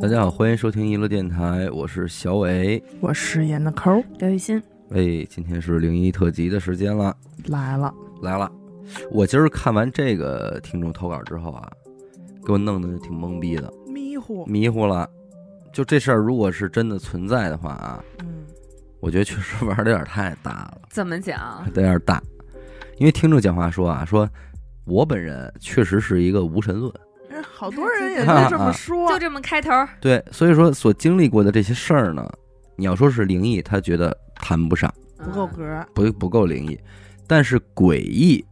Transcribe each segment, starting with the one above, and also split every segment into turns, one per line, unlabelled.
大家好，欢迎收听一乐电台，我是小伟。
我是演的抠儿
刘雨欣，
哎，今天是零一特辑的时间了，
来了，
来了。我今儿看完这个听众投稿之后啊，给我弄得挺懵逼的，
迷糊，
迷糊了。就这事儿，如果是真的存在的话啊，
嗯，
我觉得确实玩的有点太大了，
怎么讲？
有点大。因为听众讲话说啊，说我本人确实是一个无神论，
哎好多人也
啊
是这么
啊
说，
就这么开头，
对，所以说所经历过的这些事儿呢，你要说是灵异，他觉得谈不上。
不够格儿，
不不够灵异，但是诡异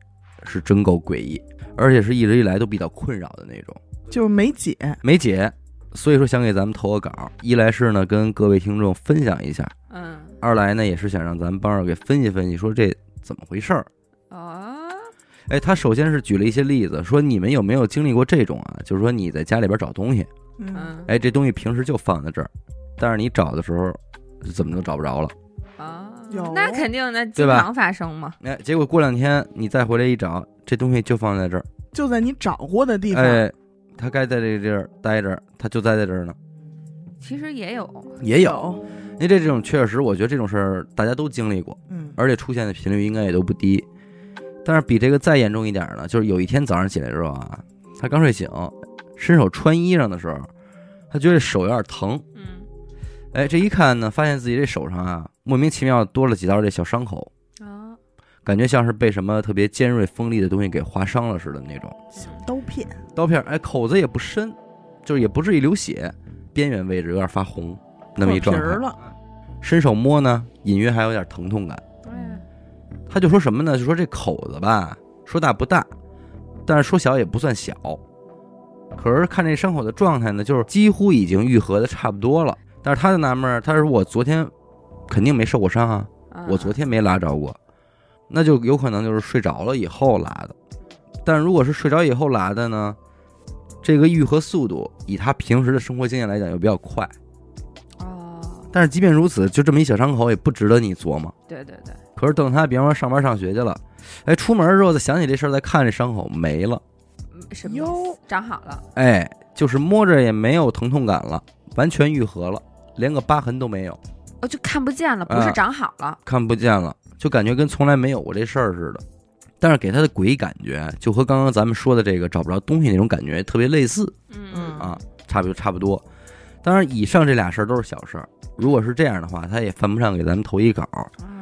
是真够诡异，而且是一直以来都比较困扰的那种，
就是没解，
没解。所以说想给咱们投个稿，一来是呢跟各位听众分享一下，
嗯。
二来呢也是想让咱们帮着给分析分析，说这怎么回事儿。
嗯啊，
哎，他首先是举了一些例子，说你们有没有经历过这种啊？就是说你在家里边找东西，
嗯，
嗯，
哎，这东西平时就放在这儿，但是你找的时候怎么都找不着了。
啊
有，
那肯定的，
对
经
吧
常发生嘛。
哎，结果过两天你再回来一找，这东西就放在这儿。
就在你找过的地方，
哎，他该在这个地儿待着，他就待在这儿呢。
其实也有，
也，，因为这这种确实，我觉得这种事儿大家都经历过，
嗯，
而且出现的频率应该也都不低。但是比这个再严重一点呢，就是有一天早上起来之后啊，他刚睡醒，伸手穿衣裳的时候，他觉得手有点疼。
嗯
哎，这一看呢，发现自己这手上啊，莫名其妙多了几道这小伤口，
啊，
感觉像是被什么特别尖锐锋利的东西给划伤了似的那种。
小刀片，
刀片儿，哎，口子也不深，就是也不至于流血，边缘位置有点发红，那么一
破
状
皮儿
态。
了，
伸手摸呢，隐约还有点疼痛感。
哎
他就说什么呢？就说这口子吧，说大不大，但是说小也不算小。可是看这伤口的状态呢，就是几乎已经愈合的差不多了。但是他就纳闷儿，他说我昨天肯定没受过伤啊，
啊
我昨天没拉着过，那就有可能就是睡着了以后拉的。但如果是睡着以后拉的呢，这个愈合速度以他平时的生活经验来讲又比较快。
哦，
但是即便如此，就这么一小伤口也不值得你琢磨。
对对对，
可是等他比方说上班上学去了，哎，出门之后再想起这事儿，再看这伤口没了，
嗯什么意
哟
思，长好了，
哎，就是摸着也没有疼痛感了，完全愈合了，连个疤痕都没有，
哦，就看不见了，不
啊
是长好了，
看不见了，就感觉跟从来没有过这事儿似的。但是给他的诡异感觉，就和刚刚咱们说的这个找不着东西那种感觉特别类似
嗯
啊，差不差不多。当然，以上这俩事儿都是小事儿，如果是这样的话，他也犯不上给咱们投一稿。啊
嗯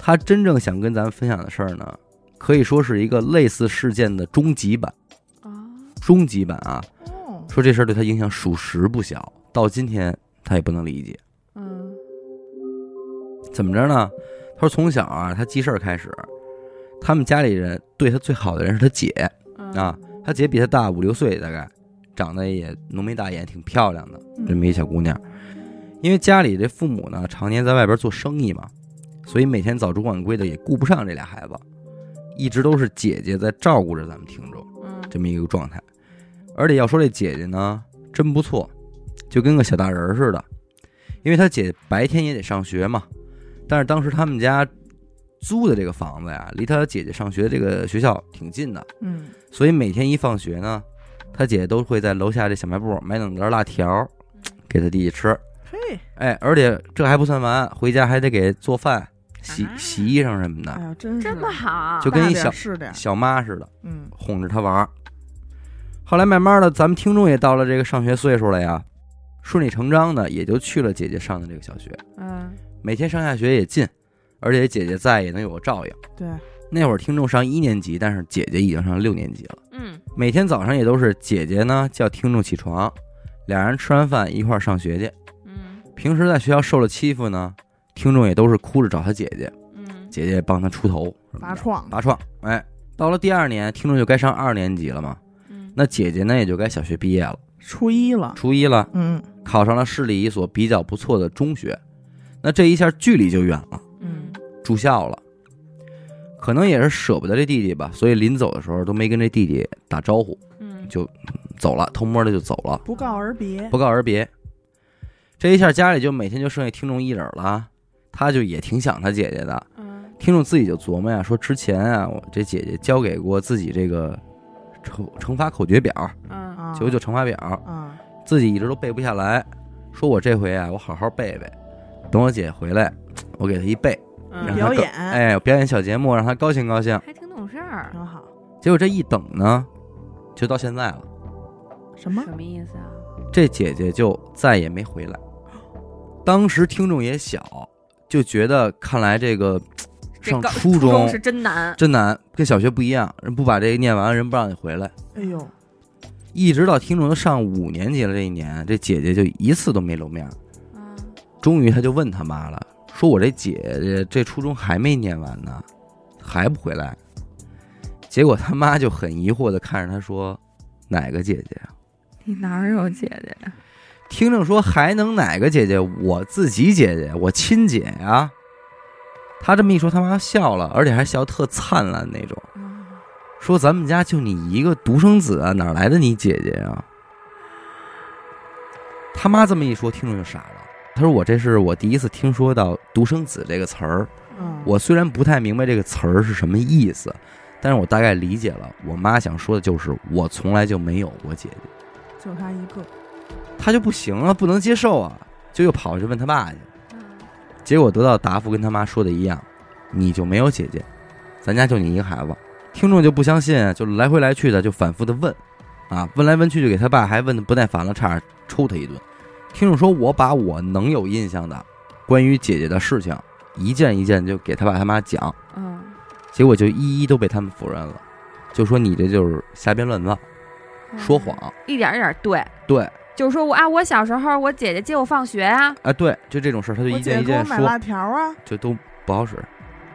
他真正想跟咱们分享的事儿呢，可以说是一个类似事件的终极版。
啊，
终极版啊，
哦，
说这事儿对他影响属实不小，到今天他也不能理解。
嗯
怎么着呢？他说从小啊，他记事儿开始，他们家里人对他最好的人是他姐，
嗯
啊，他姐比他大五六岁，大概长得也浓眉大眼，挺漂亮的
嗯
这么一小姑娘。因为家里这父母呢，常年在外边做生意嘛，所以每天早出晚归的也顾不上这俩孩子，一直都是姐姐在照顾着咱们听众。
嗯
这么一个状态。而且要说这姐姐呢，真不错，就跟个小大人儿似的。因为她姐白天也得上学嘛，但是当时他们家租的这个房子呀，离她姐姐上学的这个学校挺近的，
嗯，
所以每天一放学呢，她姐都会在楼下这小卖部买两袋辣条儿给她弟弟吃。
嘿，
哎，而且这还不算完，回家还得给做饭、洗
啊
洗衣裳什么
哎
的，
呀，真是
这么好，
就跟
大
一
点
小
儿是点儿，
小妈似的。
嗯，
哄着他玩儿。后来慢慢的，咱们听众也到了这个上学岁数了呀，顺理成章的也就去了姐姐上的这个小学，
嗯
每天上下学也近，而且姐姐在也能有个照应。
对，
那会儿听众上一年级，但是姐姐已经上六年级了。
嗯
每天早上也都是姐姐呢叫听众起床，俩人吃完饭一块儿上学去。
嗯
平时在学校受了欺负呢，听众也都是哭着找他姐姐，
嗯
姐姐帮他出头什么的
拔创，
拔创。哎，到了第二年，听众就该上二年级了嘛。
嗯，
那姐姐呢也就该小学毕业了，
初一了，
初一了，
嗯，
考上了市里一所比较不错的中学。那这一下距离就远了，
嗯
住校了。可能也是舍不得这弟弟吧，所以临走的时候都没跟这弟弟打招呼，
嗯
就走了，偷摸的就走了，
不告而别，
不告而别。这一下家里就每天就剩下听众一人了，啊他就也挺想他姐姐的。
嗯
听众自己就琢磨呀，说之前啊，我这姐姐交给过自己这个惩惩罚口诀表，
嗯
啊，
九九，惩罚表，
啊，
自己一直都背不下来，说我这回啊，我好好背背，等我姐回来，我给她一背，
嗯
让她
表
高
演
哎，我表演小节目，让她高兴高兴。
还挺懂事儿，
挺好。
结果这一等呢，就到现在了，
什么
什么意思啊？
这姐姐就再也没回来。当时听众也小，就觉得看来这个
这
上
高
初
中
中
是真难，
真难，跟小学不一样，人不把这个念完，人不让你回来。
哎呦，
一直到听众都上五年级了这一年，这姐姐就一次都没露面儿。
啊
终于他就问他妈了，说我这姐姐这初中还没念完呢，还不回来。结果他妈就很疑惑的看着他说：“哪个姐姐啊
你哪儿有姐姐呀？？”
听着说还能哪个姐姐？我自己姐姐，我亲姐呀、他这么一说，他妈笑了，而且还笑特灿烂那种，
啊
说：“咱们家就你一个独生子啊，哪来的你姐姐呀、他妈这么一说，听众就傻了。他说：“我这是我第一次听说到独生子这个词儿。”
嗯，
我虽然不太明白这个词儿是什么意思，但是我大概理解了。我妈想说的就是，我从来就没有过姐姐，
就他一个，
她就不行了，不能接受啊，就又跑去问她爸去。
嗯
结果得到的答复跟她妈说的一样，你就没有姐姐，咱家就你一个孩子。听众就不相信，啊就来回来去的就反复的问，啊，问来问去就给他爸还问的不耐烦了，差点抽他一顿。听众说，我把我能有印象的关于姐姐的事情一件一件就给他爸他妈讲。
嗯
结果就一一都被他们否认了，就说你这就是瞎编乱造、
嗯
说，谎。
一点儿一点儿对，
对，
就是说我啊，我小时候我姐姐接我放学啊，
啊，对，就这种事儿，他就
我
一
姐
件一
姐给我
件
买
说，
辣条啊，
就都不好使。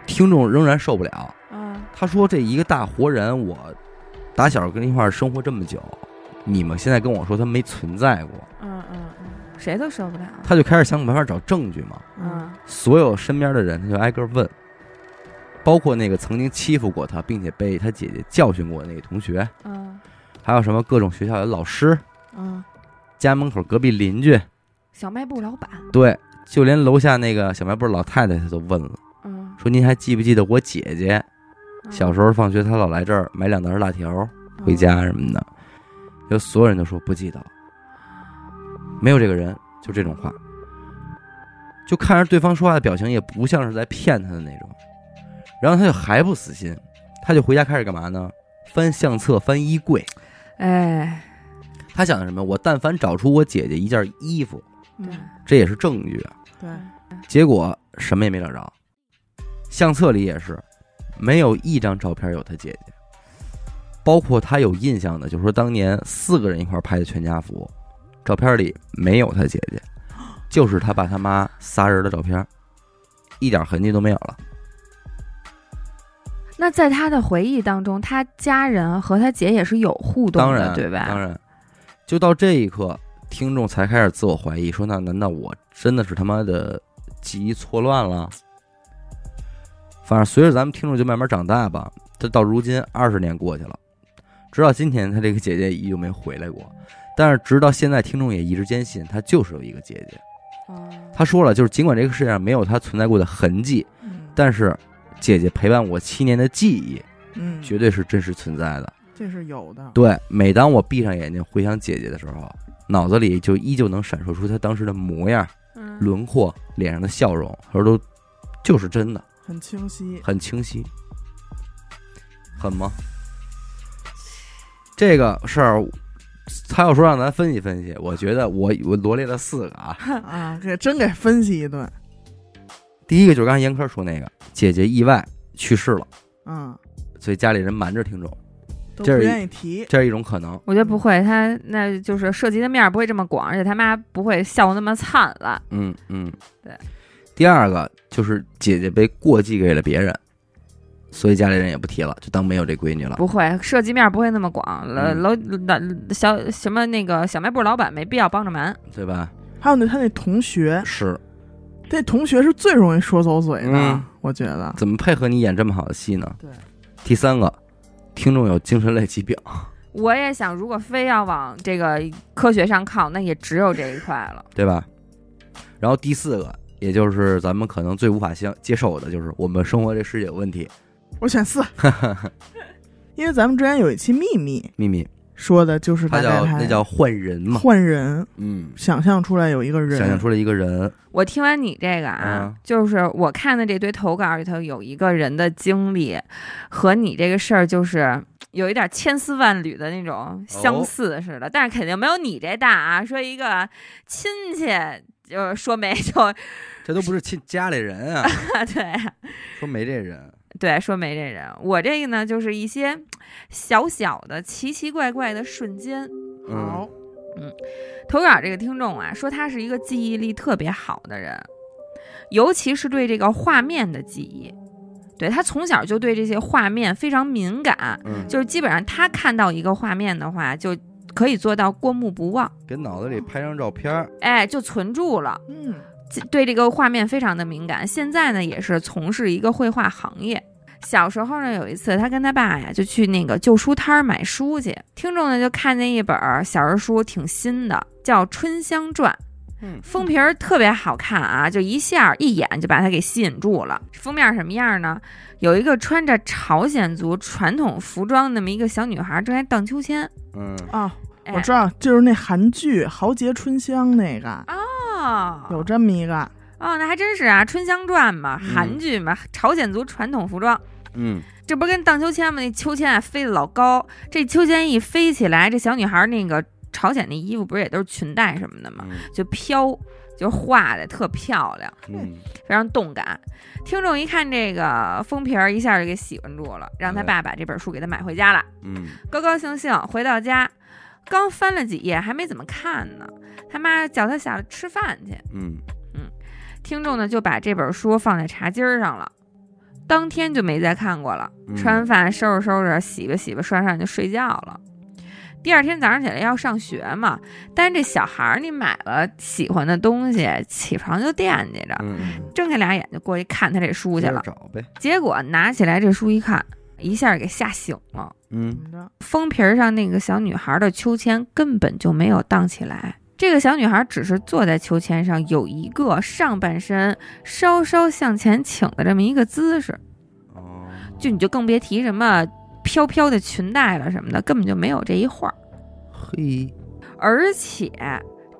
听众仍然受不了，
嗯
他说：“这一个大活人，我打小跟一块儿生活这么久，你们现在跟我说他没存在过，
嗯嗯嗯，谁都受不了，
他就开始想办法找证据嘛。
嗯，
嗯
所有身边的人，他就挨个问，包括那个曾经欺负过他，并且被他姐姐教训过的那个同学，
嗯，
还有什么各种学校的老师，
嗯，
家门口隔壁邻居，
小卖部老板，
对，就连楼下那个小卖部老太太，她都问了，
嗯，
说您还记不记得我姐姐
嗯
小时候放学，她老来这儿买两袋辣条
嗯
回，家什么的，就所有人都说不记得了，没有这个人，就这种话，就看着对方说话的表情，也不像是在骗他的那种，然后他就还不死心，他就回家开始干嘛呢？翻相册，翻衣柜，
哎，
他想的什么？我但凡找出我姐姐一件衣服，
对
嗯，
这也是证据啊。
对，
结果什么也没找着，相册里也是没有一张照片有他姐姐，包括他有印象的，就是说当年四个人一块儿拍的全家福，照片里没有他姐姐，就是他爸他妈仨人的照片，一点痕迹都没有了。
那在他的回忆当中，他家人和他姐也是有互动的，
当然，
对吧？
当然，就到这一刻，听众才开始自我怀疑，说那难道我真的是他妈的记忆错乱了？反正随着咱们听众就慢慢长大吧，这到如今二十年过去了，直到今天，他这个姐姐依旧没回来过。但是直到现在，听众也一直坚信她就是有一个姐姐。
嗯
她说了，就是尽管这个世界上没有她存在过的痕迹，
嗯，
但是姐姐陪伴我七年的记忆
嗯，
绝对是真实存在的。
这是有的，
对，每当我闭上眼睛回想姐姐的时候，脑子里就依旧能闪烁出她当时的模样、
嗯
轮廓、脸上的笑容，她说都就是真的，
很 清晰，
很清晰，狠吗？这个事儿，他要说让咱分析分析，我觉得我我罗列了四个啊。
啊，给真给分析一顿，
第一个就是刚才严科说那个姐姐意外去世了，
嗯，
所以家里人瞒着听众，
都不
这是一
愿意提，
这是一种可能。
我觉得不会，他那就是涉及的面儿不会这么广，而且他妈不会笑那么灿烂。
嗯嗯，
对。
第二个就是姐姐被过继给了别人，所以家里人也不提了，就当没有这闺女了。
不会，涉及面儿不会那么广。楼
嗯
楼老小什么那个小卖部老板没必要帮着瞒。
对吧？
还有那他那同学，
是，
这同学是最容易说走嘴的
嗯，
我觉 得，
怎么配合你演这么好的戏呢？
对。
第三个，听众有精神类疾病，
我也想，如果非要往这个科学上靠，那也只有这一块了。
对吧？然后第四个，也就是咱们可能最无法相接受的，就是我们生活这世界有问题，
我选四，因为咱们之前有一期秘密，
秘密。
说的就是
他
大概
叫
他
那叫换人嘛，
换人，
嗯，
想象出来有一个人，
想象出来一个人，
我听完你这个啊
嗯，
就是我看的这堆投稿里头有一个人的经历，和你这个事儿就是有一点千丝万缕的那种相似似的，但是肯定没有你这大啊。说一个亲戚，就是说没就
这都不是亲家里人啊，
对
说没这人，
对，说没这人。我这个呢，就是一些小小的奇奇怪怪的瞬间。
嗯，
好，
投稿这个听众啊，说他是一个记忆力特别好的人，尤其是对这个画面的记忆。对他从小就对这些画面非常敏感，
嗯，
就是基本上他看到一个画面的话，就可以做到过目不忘，
给脑子里拍张照片儿，
哎，就存住了。
嗯，
对这个画面非常的敏感。现在呢，也是从事一个绘画行业。小时候呢，有一次他跟他爸呀就去那个旧书摊儿买书去，听众呢就看见一本儿小人书，挺新的，叫《春香传》。
嗯
封皮儿特别好看啊，就一下儿一眼就把他给吸引住了。封面儿什么样呢？有一个穿着朝鲜族传统服装那么一个小女孩正在荡秋千。
嗯，
啊，
哎
我知道，就是那韩剧《豪杰春香》那个，
哦
有这么一个，
哦，那还真是啊，《春香传》嘛，
嗯
韩剧嘛，朝鲜族传统服装。
嗯，
这不是跟荡秋千吗？那秋千啊飞得老高，这秋千一飞起来，这小女孩那个朝鲜那衣服不是也都是裙带什么的吗？
嗯
就飘，就画的特漂亮，
嗯，
非常动感。听众一看这个封皮儿，一下就给喜欢住了，让他
对
爸把这本书给他买回家了，
嗯，
高高兴兴回到家，刚翻了几页，还没怎么看呢，他妈叫他下来吃饭去。
嗯，
听众呢就把这本书放在茶几儿上了，当天就没再看过了。
嗯
吃完饭收拾收拾，洗吧洗吧，涮涮就睡觉了。第二天早上起来要上学嘛，但是这小孩儿你买了喜欢的东西，起床就惦记着，
嗯，
睁开俩眼就过去看他这书去
接着
了。
找呗，
结果拿起来这书一看，一下给吓醒了。
怎
嗯，
么着？
封皮儿上那个小女孩的秋千根本就没有荡起来。这个小女孩只是坐在秋千上，有一个上半身稍稍向前倾的这么一个姿势，
哦，
就你就更别提什么飘飘的裙带了什么的，根本就没有这一画儿。
嘿，
而且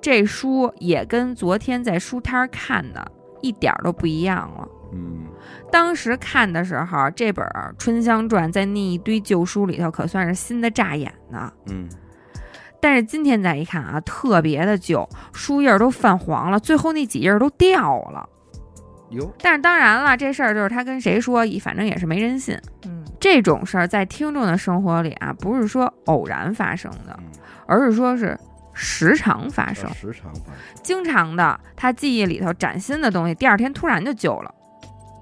这书也跟昨天在书摊儿看的一点儿都不一样了。
嗯，
当时看的时候，这本《春香传》在那一堆旧书里头可算是新的扎眼呢。
嗯，
但是今天再一看啊，特别的旧，书页儿都泛黄了，最后那几页儿都掉了。
哟，
但是当然了，这事儿就是他跟谁说，反正也是没人信。
嗯，
这种事儿在听众的生活里啊，不是说偶然发生的，
嗯，
而是说是时常发生
要，时常发生，
经常的。他记忆里头崭新的东西，第二天突然就旧了。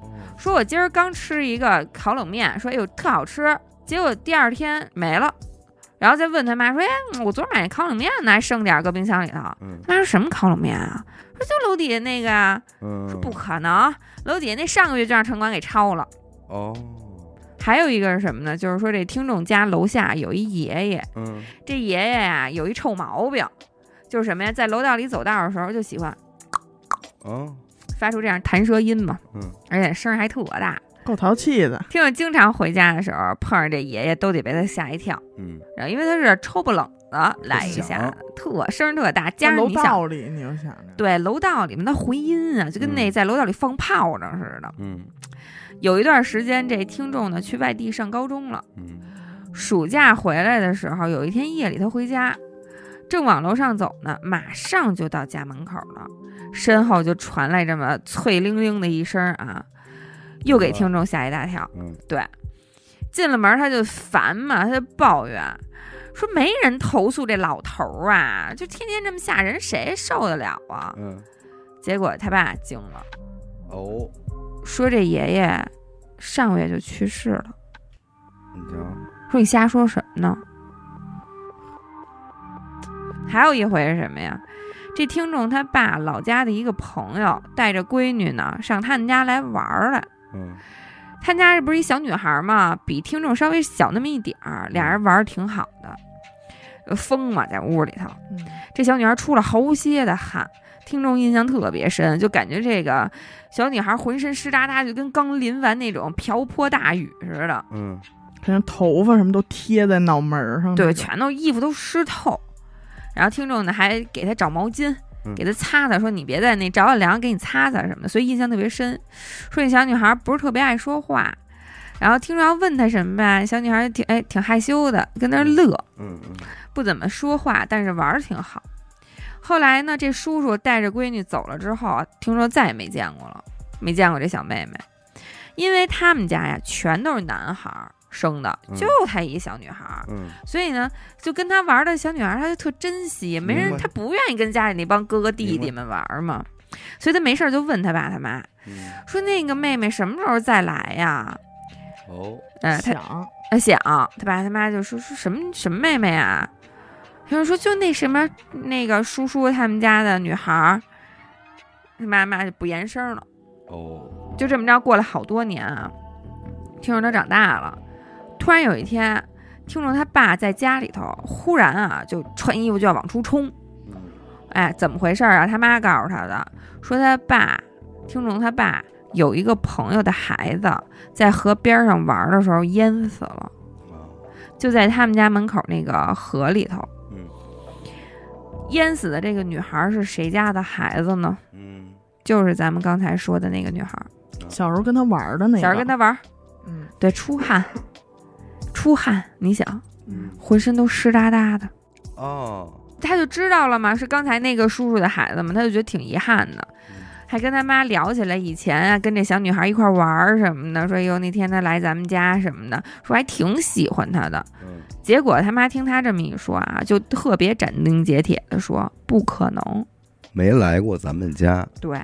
哦
说我今儿刚吃一个烤冷面，说哎呦特好吃，结果第二天没了。然后再问他妈说，哎，我昨儿买烤冷面呢，还剩点儿搁冰箱里头。
嗯
他妈说什么烤冷面啊？说就楼底下那个啊。说
嗯，
不可能，楼底下那上个月就让城管给抄了。
哦，
还有一个是什么呢？就是说这听众家楼下有一爷爷，
嗯，
这爷爷呀、有一臭毛病，就是什么呀，在楼道里走道的时候就喜欢
哦，
发出这样弹舌音嘛，
嗯，
而且声儿还特大。
够淘气的，
听着，经常回家的时候碰上这爷爷，都得被他吓一跳。
嗯，
然后因为他是抽不冷子来一下
响，
特声儿特大，加
在
上
楼
你想
道里，你就想着，
对楼道里面的回音啊，就跟那
嗯
在楼道里放炮仗似的。
嗯，
有一段时间，这听众呢去外地上高中了。
嗯，
暑假回来的时候，有一天夜里他回家，正往楼上走呢，马上就到家门口了，身后就传来这么脆铃铃的一声啊，又给听众吓一大跳。
嗯，
进了门他就烦嘛，他就抱怨说没人投诉这老头儿啊，就天天这么吓人，谁受得了啊？
嗯，
结果他爸惊了，
哦，
说这爷爷上个月就去世了。
你瞧，
说你瞎说什么呢？还有一回是什么呀？这听众他爸老家的一个朋友带着闺女呢上他们家来玩儿来，
嗯，
他家这不是一小女孩嘛，比听众稍微小那么一点儿，俩人玩儿挺好的，呃疯嘛在屋里头。
嗯，
这小女孩出了好些的汗，听众印象特别深，就感觉这个小女孩浑身湿哒哒，就跟刚淋完那种瓢泼大雨似的。
嗯，
反正头发什么都贴在脑门儿上那种，
对，全都衣服都湿透。然后听众呢还给他找毛巾
嗯，
给他擦擦，说你别在那着了凉，给你擦擦什么的，所以印象特别深。说那小女孩不是特别爱说话，然后听众要问她什么呀，小女孩挺哎挺害羞的，跟那儿乐，
嗯嗯，
不怎么说话，但是玩儿挺好。后来呢，这叔叔带着闺女走了之后啊，听说再也没见过了，没见过这小妹妹，因为他们家呀全都是男孩儿生的，
嗯
就她一小女孩儿。
嗯，
所以呢，就跟他玩的小女孩，她就特珍惜，没
明
人，
白
她不愿意跟家里那帮哥哥弟弟们玩嘛，所以她没事儿就问他爸他妈
嗯
说：“那个妹妹什么时候再来呀
哦，？”
嗯、他
想
他想，他爸他妈就说：“说什么什么妹妹啊？”他就说：“就那什么那个叔叔他们家的女孩儿。”他妈妈就不言声了，
哦，
就这么着过了好多年啊。听着他长大了，突然有一天，听着他爸在家里头忽然啊就穿衣服就要往出冲，
嗯
哎，怎么回事儿啊？他妈告诉他的，说他爸，听众他爸有一个朋友的孩子在河边上玩的时候淹死了，
啊，
就在他们家门口那个河里头。
嗯
淹死的这个女孩是谁家的孩子呢？
嗯，
就是咱们刚才说的那个女孩，
小时候跟他玩儿的那个，
小时候跟他玩儿，
嗯
对，出汗，出汗，你想，
嗯
浑身都湿哒哒的。
哦，
他就知道了嘛，是刚才那个叔叔的孩子嘛，他就觉得挺遗憾的，还跟他妈聊起来以前啊，跟这小女孩一块玩儿什么的，说哟那天他来咱们家什么的，说还挺喜欢她的。
嗯
结果他妈听他这么一说啊，就特别斩钉截铁的说不可能，
没来过咱们家，
对，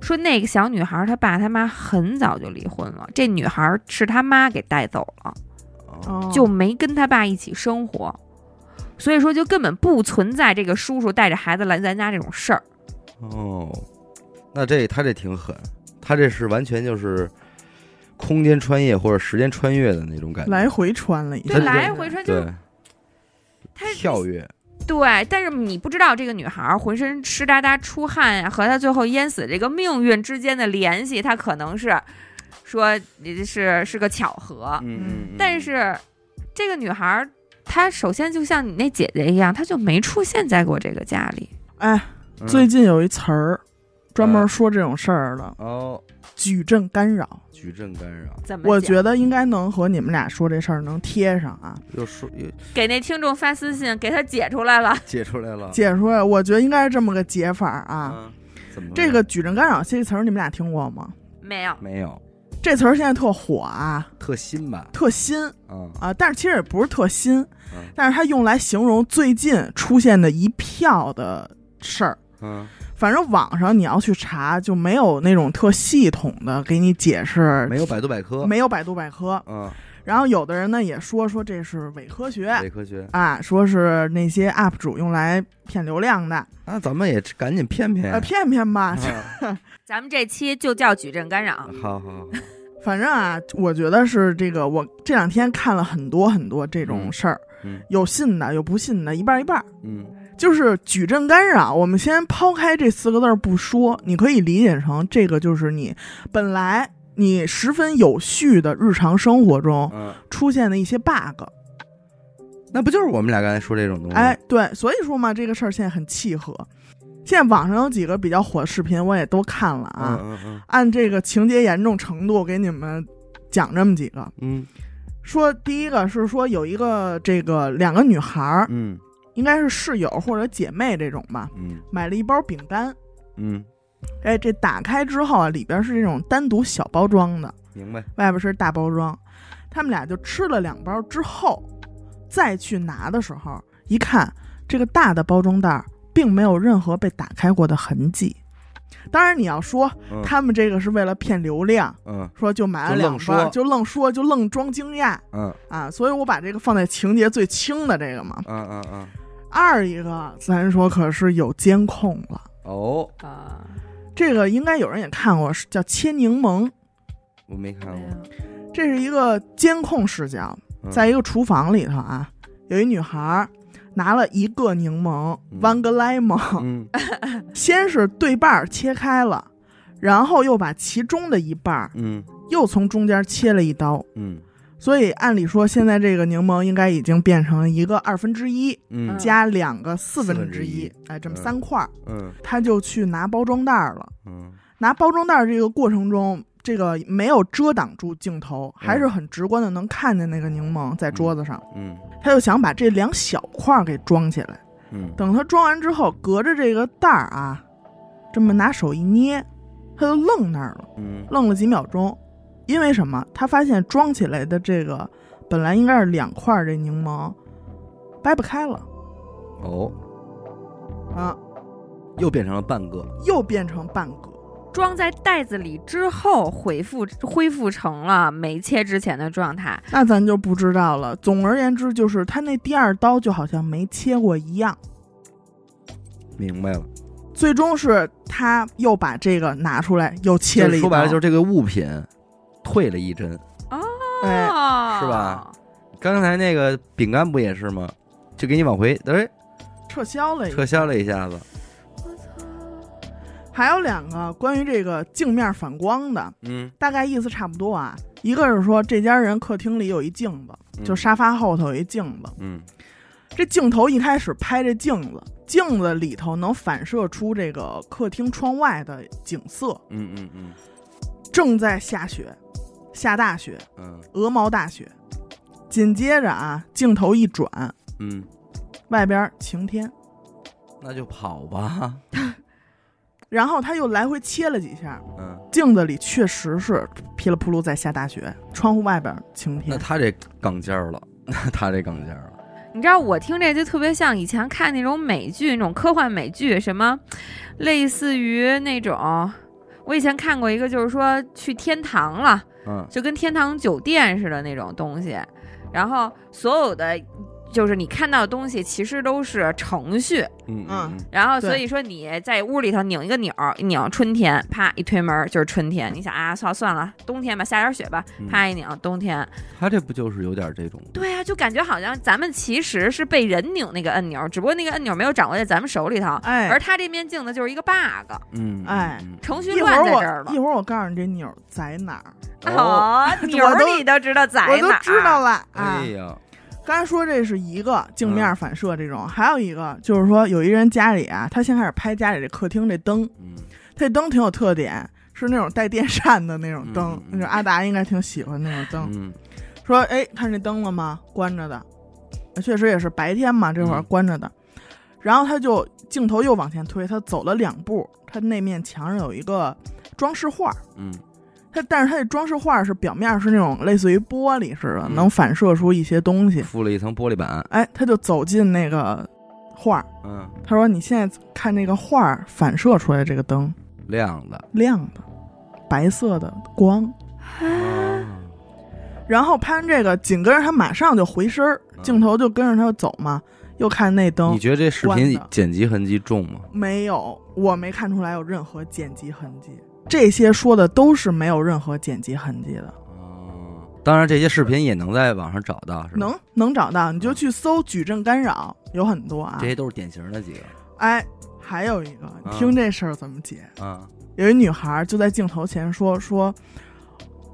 说那个小女孩她爸她妈很早就离婚了，这女孩是他妈给带走了。
哦，
哦
就没跟他爸一起生活，所以说就根本不存在这个叔叔带着孩子来咱家这种事儿。
哦，那这他这挺狠，他这是完全就是空间穿越或者时间穿越的那种感觉，
来回穿了一
他
对，
就
来回穿就是
对，
他
跳跃，
对，但是你不知道这个女孩浑身湿哒哒出汗呀、和她最后淹死这个命运之间的联系，她可能是说呃是是个巧合，
嗯
但是这个女孩她首先就像你那姐姐一样，她就没出现在过这个家里。
哎，
嗯
最近有一词儿专门说这种事儿的，
哦，
矩阵干扰。
矩阵干扰，
怎么
我
讲
觉得应该能和你们俩说这事儿能贴上啊，
又说又
给那听众发私信，给她解出来了。
解出来了，
解出来。我觉得应该是这么个解法啊。
啊，怎么了
这个矩阵干扰这词儿你们俩听过吗？
没有，
没有
这词儿现在特火啊，
特新吧？
特新
嗯
啊，但是其实也不是特新
嗯，
但是它用来形容最近出现的一票的事儿。
嗯，
反正网上你要去查，就没有那种特系统的给你解释，
没有百度百科，
没有百度百科。
嗯，
然后有的人呢也说说这是伪科学
伪科学，
啊，说是那些 UP 主用来骗流量的，
那咱们也赶紧骗骗
呃，骗骗啊吧。
啊
咱们这期就叫矩阵干扰。
好好好，
反正啊，我觉得是这个，我这两天看了很多很多这种事儿，
嗯嗯
有信的，有不信的，一半儿一半儿。
嗯
就是矩阵干扰，我们先抛开这四个字儿不说，你可以理解成这个就是你本来你十分有序的日常生活中
嗯，
出现的一些 bug。
那不就是我们俩刚才说这种东西？
哎，，对，所以说嘛，这个事儿现在很契合。现在网上有几个比较火的视频，我也都看了啊。
嗯嗯
按这个情节严重程度，给你们讲这么几个。
嗯
说第一个是说有一个这个两个女孩儿，
嗯
应该是室友或者姐妹这种吧，
嗯
买了一包饼干。
嗯，
哎，这打开之后啊，里边是这种单独小包装的，
明白。
外边是大包装。他们俩就吃了两包之后，再去拿的时候，一看这个大的包装袋儿并没有任何被打开过的痕迹。当然，你要说
嗯
他们这个是为了骗流量，
嗯
说就买了
就
两
愣
包，
说
就愣说，就愣装惊讶
嗯
啊！所以我把这个放在情节最轻的这个嘛。
嗯嗯嗯，
二一个，咱说可是有监控了。
哦，
啊，
这个应该有人也看过，是叫切柠檬。
我没看过。
这是一个监控视角，
嗯
在一个厨房里头啊，有一女孩儿拿了一个柠檬
嗯
，one 个 lemon，
嗯
先是对半儿切开了，然后又把其中的一半儿
嗯
又从中间切了一刀，
嗯
所以按理说，现在这个柠檬应该已经变成一个二分之一
嗯
加两个四分
四分之
之
一
一，哎，这么
嗯
三块儿，
嗯
他就去拿包装袋儿了。
嗯
拿包装袋儿这个过程中，这个没有遮挡住镜头，还是很直观的能看见那个柠檬在桌子上。
嗯
他就想把这两小块儿给装起来。
嗯，
等他装完之后，隔着这个袋儿啊，这么拿手一捏，他就愣那儿了，
嗯
愣了几秒钟。因为什么？他发现装起来的这个本来应该是两块儿这柠檬，掰不开了
哦，
啊，
又变成了半个，
又变成半个。
装在袋子里之后，恢复恢复成了没切之前的状态。
那咱就不知道了。总而言之，就是他那第二刀就好像没切过一样。
明白了。
最终是他又把这个拿出来，又切
就
了
是
一刀。
说白了就是这个物品退了一针。
哎，
哦，
是吧？刚才那个饼干不也是吗？就给你往回，哎，
撤销了一个。
撤销了一下子。
我操！
还有两个关于这个镜面反光的，
嗯，
大概意思差不多啊。一个是说这家人客厅里有一镜子，就沙发后头有一镜子。
嗯
这镜头一开始拍这镜子，镜子里头能反射出这个客厅窗外的景色。
嗯嗯嗯
正在下雪，下大雪，
嗯
鹅毛大雪。紧接着啊，镜头一转，
嗯，
外边晴天。
那就跑吧。
然后他又来回切了几下，
嗯，
镜子里确实是噼里扑噜在下大雪，窗户外边晴
那
天。
他这杠尖儿了， 那他这杠尖儿了。
你知道我听这就特别像以前看那种美剧，那种科幻美剧，什么类似于那种，我以前看过一个，就是说去天堂了，
嗯
就跟天堂酒店似的那种东西，然后所有的。就是你看到的东西其实都是程序，
嗯
嗯
然后
对
所以说你在屋里头拧一个钮儿，一拧春天，啪一推门就是春天。你想啊，算算了，冬天吧，下点雪吧，
嗯
啪一拧冬天。
他这不就是有点这种？
对啊，就感觉好像咱们其实是被人拧那个按钮，只不过那个按钮没有掌握在咱们手里头，
哎
而他这面镜子就是一个 bug，
嗯，
哎
嗯，
程序
一会
乱
儿
在这儿
我
了
一。会儿我告诉你这钮儿在哪儿，
嗯，
哦，钮
我
儿
都
你都知道在哪儿？
我都知道了啊
哎。呀，嗯
刚才说这是一个镜面反射这种，还有一个就是说有一人家里啊，他先开始拍家里这客厅这灯，
嗯，
这灯挺有特点，是那种带电扇的那种灯
嗯，嗯嗯
那种阿达应该挺喜欢那种灯。
嗯，
说，哎，看这灯了吗？关着的，确实也是白天嘛，这会儿
嗯
关着的。然后他就镜头又往前推，他走了两步，他那面墙上有一个装饰画儿，
嗯，
他但是他这装饰画儿是表面是那种类似于玻璃似的，
嗯
能反射出一些东西。
敷了一层玻璃板。
哎，他就走进那个画儿，
嗯，
他说：“你现在看那个画儿反射出来这个灯，
亮的。
亮的，白色的光。”
啊
然后拍完这个，紧跟着他马上就回身儿，
嗯
镜头就跟着他走嘛，又看那灯
你，觉得这视
关
频
的
剪辑痕迹重吗？
没有，我没看出来有任何剪辑痕迹。这些说的都是没有任何剪辑痕迹的，
哦，当然这些视频也能在网上找到，是吧？嗯
能能找到，你就去搜矩阵干扰，有很多啊
这。嗯些都是典型的几个
哎，还有一个，你听这事儿怎么解？
啊，
有一女孩就在镜头前说说，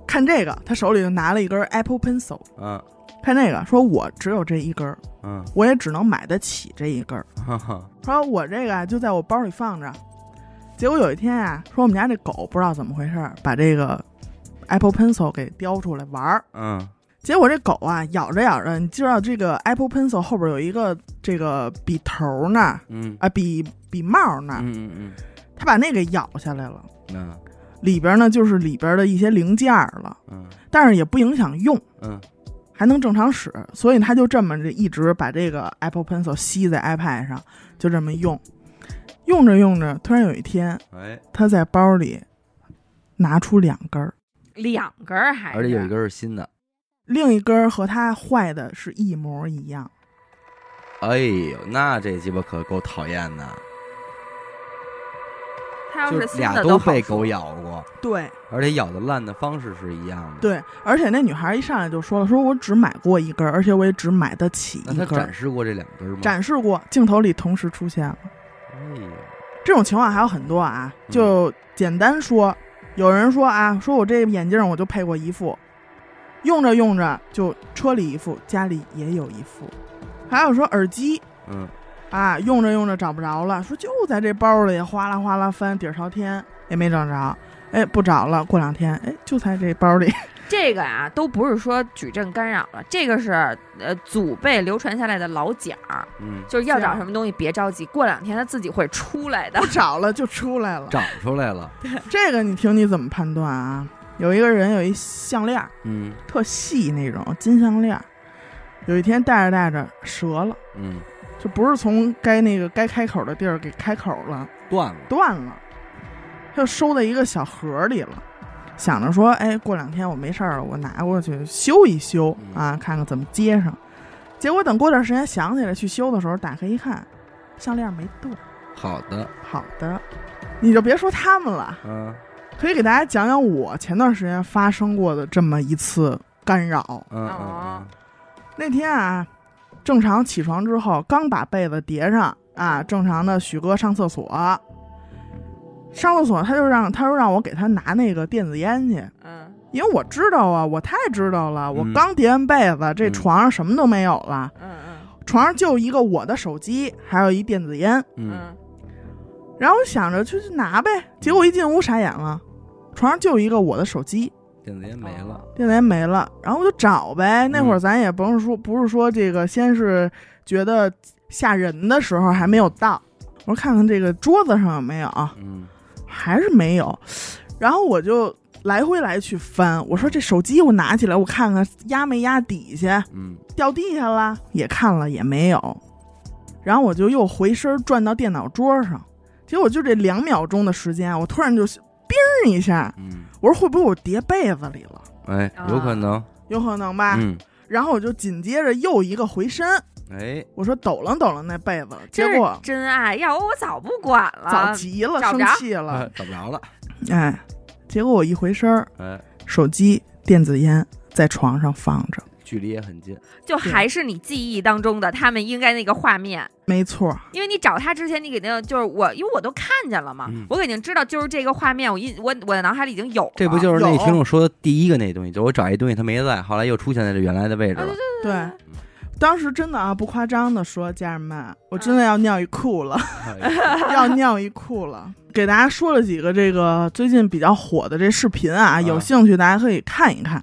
看这个，她手里就拿了一根 Apple Pencil，
嗯
看这个，说我只有这一根儿，
嗯，
我也只能买得起这一根儿。
哈哈，
说我这个啊就在我包里放着。结果有一天啊，说我们家这狗不知道怎么回事儿，把这个 Apple Pencil 给叼出来玩儿。
嗯
结果这狗啊，咬着咬着，你知道这个 Apple Pencil 后边有一个这个笔头儿呢，啊、
嗯
笔笔帽儿
哎
呢，
嗯嗯
它把那给咬下来了。
嗯嗯
里边呢就是里边的一些零件儿了，
嗯
但是也不影响用，
嗯
还能正常使。所以它就这么着一直把这个 Apple Pencil 吸在 iPad 上，就这么用。用着用着，突然有一天，
嗯，哎，
他在包里拿出两根儿，
两根儿还是
而且有一根是新的，
另一根儿和他坏的是一模一样。
哎呦，那这鸡巴可够讨厌的，
他要
就是
新
俩
的
都
好说
被狗。咬过，
对
而且咬的烂的方式是一样的。，
对，而且那女孩一上来就说了，说我只买过一根儿，而且我也只买得起
那
一
他
根
展
儿。
示过这两根吗？，
展示过，镜头里同时出现了。
哎呦，
这种情况还有很多啊，
嗯
就简单说，有人说啊，说我这眼镜我就配过一副，用着用着就车里一副，家里也有一副。还有说耳机
嗯，
啊，用着用着找不着了，说就在这包里，哗啦哗啦翻，底儿朝天也没找着。哎，不找了，过两天，哎，就在这包里。
这个啊，都不是说矩阵干扰了，这个是呃祖辈流传下来的老讲儿，
嗯，
就是要
是啊
找什么东西别着急，过两天它自己会出来的
不。找了就出来了。
长出来了，
这个你听你怎么判断啊？有一个人有一项链儿，
嗯
特细那种金项链儿，有一天戴着戴着折了，
嗯，
就不是从该那个该开口的地儿给开口了，
断了，
断了，他就收在一个小盒里了。想着说，哎，过两天我没事儿了，我拿过去修一修
嗯
啊，看看怎么接上。结果等过段时间想起来去修的时候，打开一看，项链没断，
好的，
好的，你就别说他们了，
嗯
可以给大家讲讲我前段时间发生过的这么一次干扰。
嗯嗯
哦
那天啊，正常起床之后，刚把被子叠上啊，正常的许哥上厕所，上厕所他就让他说让我给他拿那个电子烟去，
嗯，
因为我知道啊，我太知道了，我
嗯
刚叠完被子，这
嗯
床上什么都没有了，
嗯
床上就一个我的手机，还有一电子烟，
嗯嗯，
嗯
然后我想着就去拿呗，结果一进屋傻眼了，床上就一个我的手机，
嗯
电子烟没
哦
了，
电子烟没了，然后我就找呗。那会儿咱也不是说不是说这个，先是觉得吓人的时候还没有到，我说看看这个桌子上有没有啊，
嗯
还是没有。然后我就来回来去翻，我说这手机我拿起来我看看压没压底下，
嗯
掉地下了也看了也没有。然后我就又回身转到电脑桌上，结果就这两秒钟的时间啊，我突然就冰儿一下，
嗯，
我说会不会我叠被子里了？
哎，
啊
有可能，
有可能吧，
嗯，
然后我就紧接着又一个回身，
哎，
我说抖楞抖楞那被子，结
这是
果
真爱，要我我早不管
早
了。
急了，
找不
生
着
气了，
找不着了，
哎，结果我一回身儿，
哎，
手机、电子烟在床上放着，
距离也很近，
就还是你记忆当中的他们应该那个画面，
没错儿，
因为你找他之前，你肯定就是我，因为我都看见了嘛，
嗯
我肯定知道就是这个画面，我一我我的脑海里已经有啊了。
这不就是那
有
听众说的第一个那东西，就是我找一东西它没在，后来又出现在这原来的位置
啊
了
对，
对。当时真的啊，不夸张的说，家人们，我真
嗯
的要尿一裤了，
哎
要尿一裤了。给大家说了几个这个最近比较火的这视频啊，
嗯
有兴趣大家可以看一看。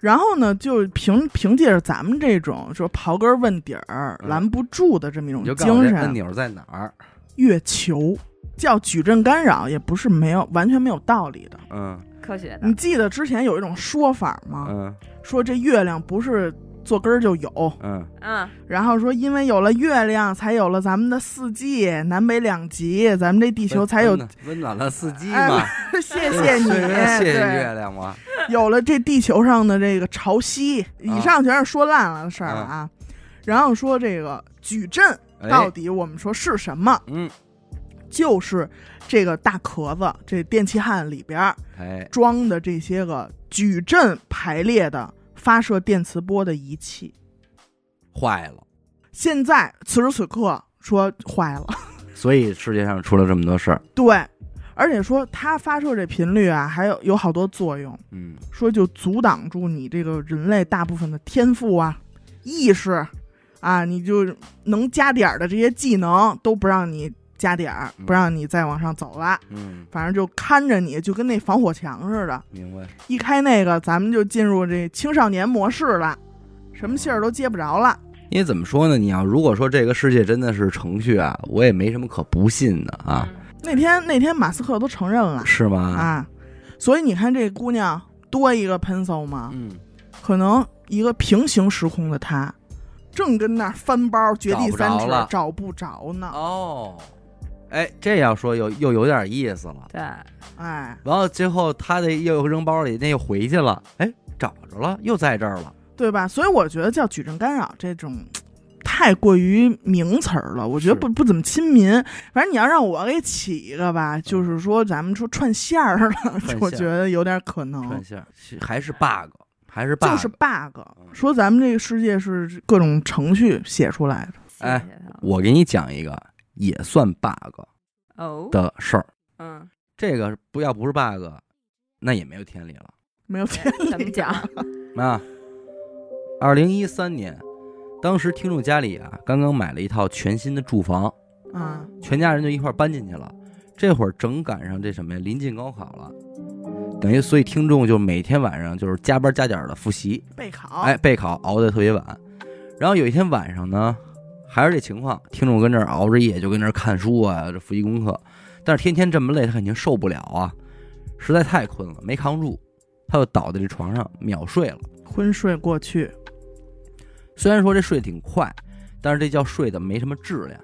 然后呢，就凭凭借着咱们这种说刨根问底儿、
嗯
拦不住的这么一种
你就告诉我
精
这按
神，
钮在哪儿，
月球叫矩阵干扰也不是没有完全没有道理的。
嗯
科学的
你，记得之前有一种说法吗？
嗯
说这月亮不是坐根儿就有，
嗯，
嗯，
然后说因为有了月亮，才有了咱们的四季、南北两极，咱们这地
嗯
球才有。
温温暖了四季
哎
嘛，
谢 谢你，哎
谢谢
对
月亮嘛，
有了这地球上的这个潮
啊
汐，以上全是说烂了的事儿了啊。然后说这个矩阵
哎
到底我们说是什么？
嗯，
就是这个大壳子，这电气焊里边儿
哎，
装的这些个矩阵排列的发射电磁波的仪器。
坏了，
现在此时此刻说坏了，
所以世界上出了这么多事儿，
对，而且说它发射这频率啊，还有有好多作用。
嗯
说就阻挡住你这个人类大部分的天赋啊、意识啊，你就能加点儿的这些技能都不让你加点儿，
嗯
不让你再往上走了。
嗯，
反正就看着你，就跟那防火墙似的。
明白，
一开那个，咱们就进入这青少年模式了，什么信儿都接不着了。
因为怎么说呢？你要如果说这个世界真的是程序啊，我也没什么可不信的啊，
嗯
那天那天马斯克都承认了
是吗？
啊，所以你看这姑娘多一个 pencil 吗？
嗯，
可能一个平行时空的他，正跟那儿翻包掘地三
找不着
尺
了
找不着呢。
哦，哎，这要说又又有点意思了。
嗯，
哎，
然后最后他的又扔包里，那又回去了，哎，找着了，又在这儿了，
对吧？所以我觉得叫矩阵干扰这种。太过于名词儿了，我觉得
是
不不怎么亲民。反正你要让我给起一个吧，就是说咱们说串线儿了
嗯线儿，
我觉得有点可能
串，线儿是还是 bug，还是 bug，
就是 bug。
嗯
说咱们这个世界是各种程序写出来的，
谢
哎
谢他。
我给你讲一个也算 bug
哦，
的事儿，
嗯，
这个不要不是 bug，那也没有天理了。
没有天理。
怎么讲？
啊，二零一三年，当时听众家里啊刚刚买了一套全新的住房，
啊，
全家人就一块儿搬进去了。这会儿正赶上这什么呀，临近高考了，等于所以听众就每天晚上就是加班加点的复习，
备考，
哎，备考熬得特别晚。然后有一天晚上呢，还是这情况，听众跟这儿熬着夜，就跟那儿看书啊，这复习功课。但是天天这么累，他肯定受不了啊，实在太困了，没扛住，他就倒在这床上秒睡了。
昏睡过去，
虽然说这睡得挺快，但是这觉睡得没什么质量，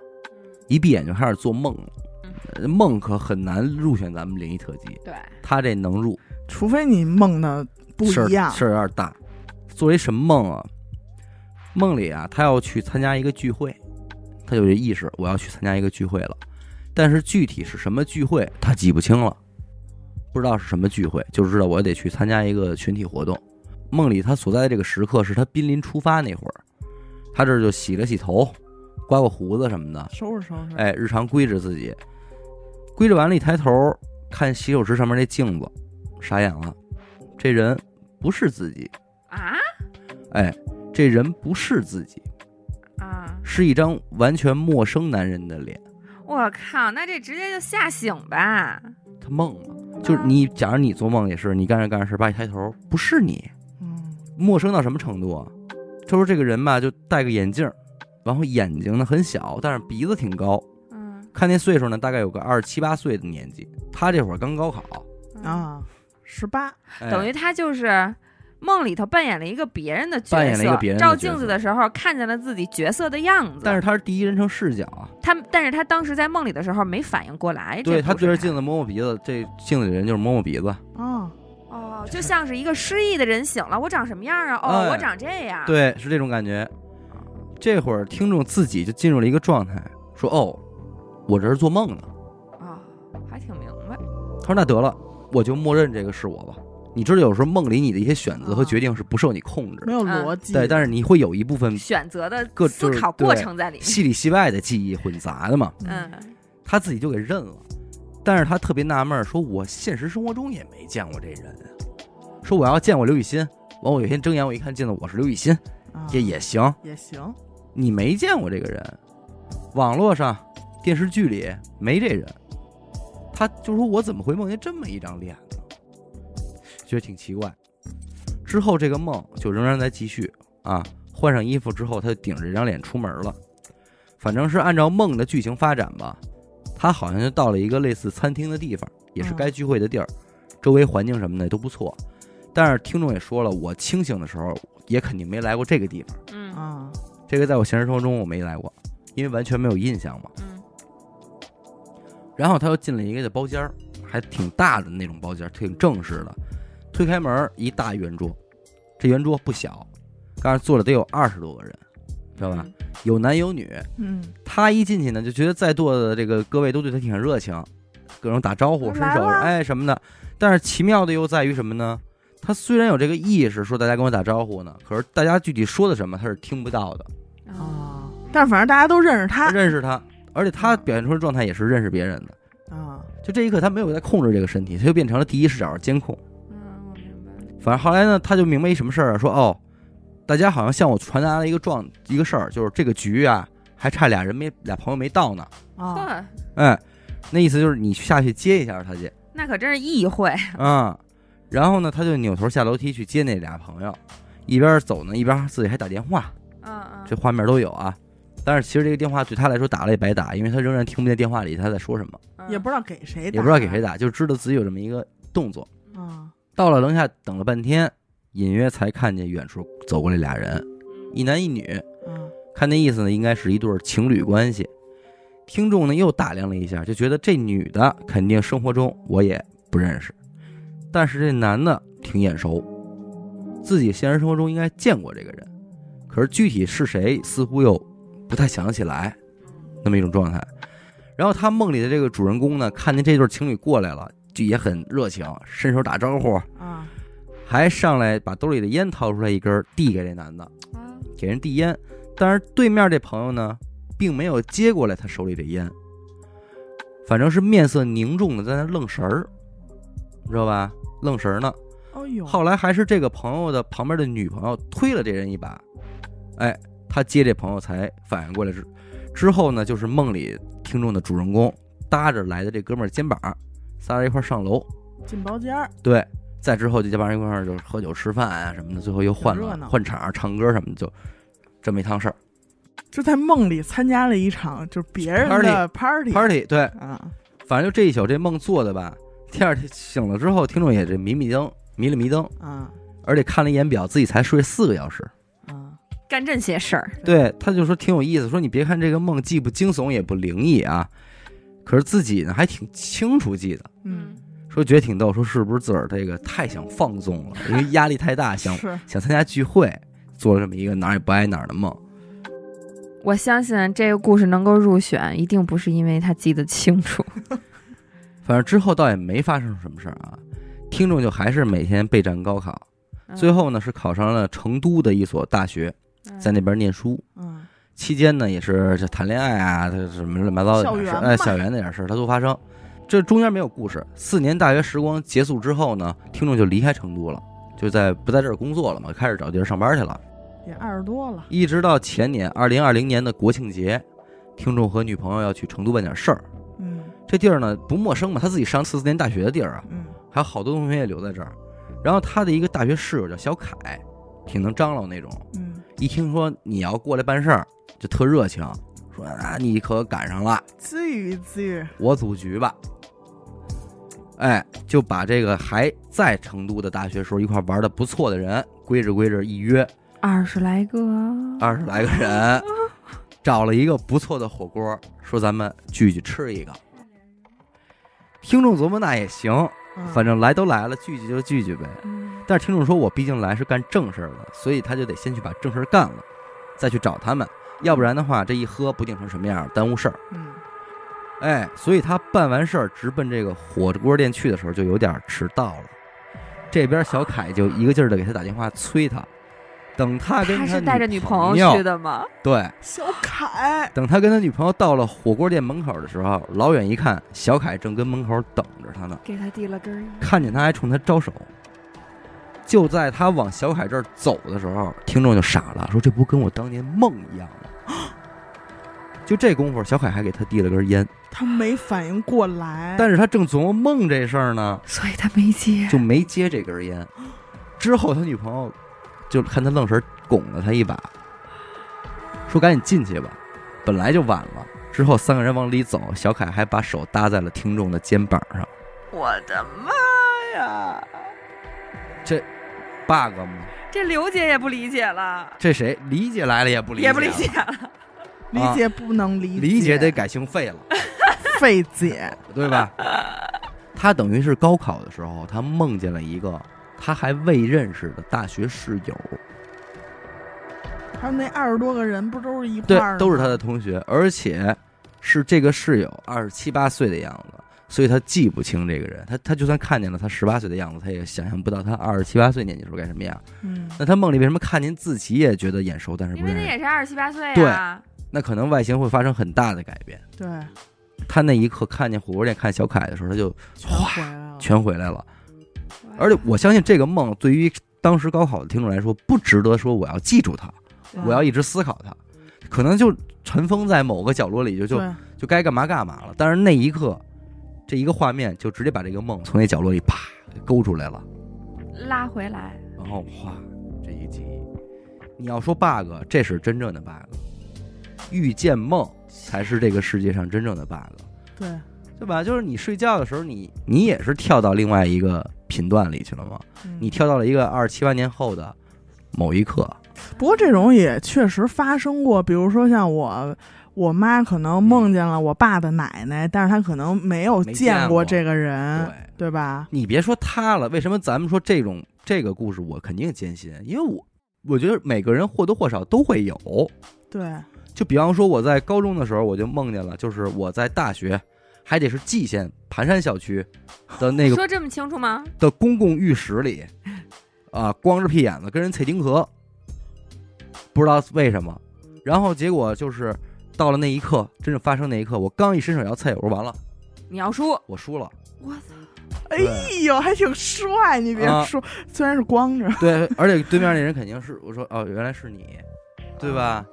一闭眼就开始做梦了。呃梦可很难入选咱们灵异特辑，
对，
他这能入，
除非你梦的不
事儿
一样，
事儿有点大。做一什么梦啊？梦里啊，他要去参加一个聚会，他有这意识，我要去参加一个聚会了。但是具体是什么聚会，他记不清了，不知道是什么聚会，就知道我得去参加一个群体活动。梦里他所在的这个时刻是他濒临出发那会儿，他这儿就洗了洗头，刮刮胡子什么的，
收拾收
嗯
拾，
哎，日常规制自己。规制完了，一抬头看洗手池上面那镜子，傻眼了，这人不是自己，
啊
哎，这人不是自己，
啊！
是一张完全陌生男人的脸，
我靠，那这直接就吓醒吧！
他梦了。就是
嗯
你，假如你做梦也是，你干着干着事，吧，一抬头不是你，
嗯，
陌生到什么程度啊？他说这个人吧，就戴个眼镜儿，然后眼睛呢很小，但是鼻子挺高，
嗯
看那岁数呢大概有个二十七八岁的年纪，他这会儿刚高考，
嗯，
啊，十八，
哎、
等于他就是梦里头扮演了一个别人的角色，
扮演了一个别人的
照
角色
镜子的时候看见了自己角色的样子。
但是他是第一人称视角啊，
他，但是他当时在梦里的时候没反应过来，
对
哎这
他
不是
对着镜子摸摸鼻子，这镜子里人就是摸摸鼻子，
啊，
哦，就像是一个失忆的人醒了，我长什么样啊？哦，
哎
我长这样。，
对，是这种感觉。这会儿听众自己就进入了一个状态，说：“哦，我这是做梦呢。
哦，还挺明白。”
他说：“那得了，我就默认这个是我吧。”你知道，有时候梦里你的一些选择和决定是不受你控制
没
的，
有
嗯
逻辑，
对，但是你会有一部分
选择的
各
思
就是
考
对
过程在里面。
戏里戏外的记忆混杂的嘛，
嗯，
嗯，
他自己就给认了。但是他特别纳闷儿，说：“我现实生活中也没见过这人啊。”说：“我要见过刘雨欣，完我有一天睁眼我一看，见到我是刘雨欣，
啊
也也行。”
也行，
你没见过这个人，网络上、电视剧里没这人，他就说我怎么会梦见这么一张脸呢？觉得挺奇怪。之后这个梦就仍然在继续啊，换上衣服之后，他就顶着这张脸出门了。反正是按照梦的剧情发展吧，他好像就到了一个类似餐厅的地方，也是
嗯
该聚会的地儿，周围环境什么的都不错。但是听众也说了，我清醒的时候也肯定没来过这个地方。
嗯
啊，
这个在我现实生活中我没来过，因为完全没有印象嘛。
嗯
然后他又进了一个包间儿，还挺大的那种包间儿，挺正式的。推开门儿一大圆桌，这圆桌不小，但是坐了得有二十多个人，知道吧？
嗯
有男有女。
嗯，
他一进去呢，就觉得在座的这个各位都对他挺热情，各种打招呼、伸
来
手，
了
哎什么的。但是奇妙的又在于什么呢？他虽然有这个意识说大家跟我打招呼呢，可是大家具体说的什么他是听不到的。
啊，
啊，但是反正大家都认识他
认识他，而且他表现出的状态也是认识别人的。
啊，
就这一刻，他没有在控制这个身体，他就变成了第一视角监控。
嗯，我明白了。
反正后来呢，他就明白一什么事儿啊，说哦，大家好像向我传达了一个状一个事儿，就是这个局啊，还差俩人没俩朋友没到呢。
啊，
呵，
哎，那意思就是你下去接一下他去
那可真是意会。
啊、然后呢，他就扭头下楼梯去接那俩朋友，一边走呢，一边自己还打电话，
嗯嗯，
这画面都有啊。但是其实这个电话对他来说打了也白打，因为他仍然听不见电话里他在说什么。
嗯
也不知道给谁，
也不知道给谁，打，就知道自己有这么一个动作。
啊，
到了楼下等了半天，隐约才看见远处走过来俩人，一男一女，
啊，
看那意思呢，应该是一对儿情侣关系。听众呢又打量了一下，就觉得这女的肯定生活中我也不认识，但是这男的挺眼熟，自己现实生活中应该见过这个人，可是具体是谁似乎又不太想得起来，那么一种状态。然后他梦里的这个主人公呢，看见这对情侣过来了，就也很热情，伸手打招呼，
啊，
还上来把兜里的烟掏出来一根儿递给这男的。
啊
给人递烟，但是对面这朋友呢，并没有接过来他手里的烟，反正是面色凝重的在那愣神儿，你知道吧？愣神儿呢。
哦呦，
后来还是这个朋友的旁边的女朋友推了这人一把，哎，他接这朋友才反应过来之之后呢，就是梦里听众的主人公搭着来的这哥们儿肩膀，仨人一块儿上楼，
进包间儿，
对，再之后就这帮人一块儿就是喝酒吃饭啊什么的，最后又换
挺热
了
闹
换场儿唱歌什么的，就这么一趟事儿。
就在梦里参加了一场就是别人的 party
party 对，
啊，
反正就这一宿这梦做的吧，第二天醒了之后，听众也这迷迷瞪迷了迷瞪，
啊
而且看了一眼表，自己才睡四个小时。
啊，
干这些事
嗯
儿，
对，他就说挺有意思，说你别看这个梦既不惊悚也不灵异啊，可是自己呢还挺清楚记得，
嗯，
说觉得挺逗，说是不是自个儿这个太想放纵了，因为压力太大，想
是
想参加聚会，做了这么一个哪儿也不挨哪儿的梦。
我相信这个故事能够入选，一定不是因为他记得清楚。
反正之后倒也没发生什么事儿啊，听众就还是每天备战高考，
嗯
最后呢是考上了成都的一所大学，
嗯
在那边念书。
嗯
期间呢，也是就谈恋爱啊，这什么乱七八糟的点事儿，
校园嘛
哎，校园那点事儿它都发生。这中间没有故事。四年大学时光结束之后呢，听众就离开成都了，就在不在这儿工作了嘛，开始找地儿上班去了。
也二十多了，
一直到前年二零二零年的国庆节，听众和女朋友要去成都办点事儿。
嗯
这地儿呢不陌生嘛，他自己上四四年大学的地儿啊，
嗯
还有好多同学也留在这儿。然后他的一个大学室友叫小凯，挺能张罗那种。
嗯，
一听说你要过来办事儿，就特热情，说啊你可赶上了，
至于至于，
我组局吧。哎，就把这个还在成都的大学时候一块玩的不错的人归着归着一约，
二十来个，
二十来个人，找了一个不错的火锅，说咱们聚聚吃一个。听众琢磨那也行，
嗯
反正来都来了，聚聚就聚聚呗。
嗯
但是听众说，我毕竟来是干正事儿的，所以他就得先去把正事儿干了，再去找他们，要不然的话，这一喝不定成什么样，耽误事儿。
嗯
哎，所以他办完事儿，直奔这个火锅店去的时候，就有点迟到了。这边小凯就一个劲儿的给他打电话催他，等他跟
他是
女
带着女朋
友
友去的吗？
对，
小凯，
等他跟他女朋友到了火锅店门口的时候，老远一看，小凯正跟门口等着他呢，
给他递了根儿烟，
看见他还冲他招手。就在他往小凯这儿走的时候，听众就傻了，说：“这不跟我当年梦一样吗？” 就这功夫，小凯还给他递了根烟，
他没反应过来，
但是他正琢磨梦这事儿呢，
所以他没接。
就没接这根烟。之后他女朋友就看他愣神儿拱了他一把，说：“赶紧进去吧，本来就晚了。”之后三个人往里走，小凯还把手搭在了听众的肩膀上
我的妈呀！
，bug 吗？
这刘姐也不理解了，
这谁理解来了也不理解，啊
也不理解，了。
理解不能理
理解
解
得改姓费了，
费解，
对吧？他等于是高考的时候，他梦见了一个他还未认识的大学室友，
他那二十多个人不都是一块
对
儿，
都是他
的
的同学，而且是这个室友二十七八岁的样子，所以他记不清这个人。他他就算看见了他十八岁的样子，他也想象不到他二十七八岁年纪时候该什么样。
吗，嗯，
那他梦里为什么看见自己也觉得眼熟，但是
因
不
为那
认识？
也是二十七八岁
对
啊，
那可能外形会发生很大的改变。
对，
他那一刻看见火锅店看小凯的时候，他就
全回来了，
全回来了。
哎
而且我相信这个梦对于当时高考的听众来说，不值得说我要记住它，
对
我要一直思考它，可能就尘封在某个角落里，就就
对
就该干嘛干嘛了。但是那一刻，这一个画面就直接把这个梦从那角落里啪勾出来了，
拉回来，
然后哗，这一记忆。你要说 bug，这是真正的 bug，遇见梦才是这个世界上真正的 bug，
对，
对吧？就是你睡觉的时候，你你也是跳到另外一个频段里去了吗？
嗯
你跳到了一个二十七万年后的某一刻，
不过这种也确实发生过，比如说像我。我妈可能梦见了我爸的奶奶，但是她可能没有
没见嗯过
过这个人，
对
对吧？
你别说他了，为什么咱们说这种这个故事我肯定坚信？因为我我觉得每个人或多或少都会有。
对，
就比方说我在高中的时候，我就梦见了，就是我在大学，还得是蓟县盘山校区的 那个
说这么清楚吗？
的公共浴室里，啊，光着屁眼子跟人蔡丁河，不知道为什么。然后结果就是到了那一刻，真正发生那一刻，我刚一伸手要菜，我说完了，
你要输，
我输了。
我操，
哎呦，还挺帅，你别
啊
说，虽然是光 着，
对，而且对面那人肯定是我说哦，原来是你，对吧？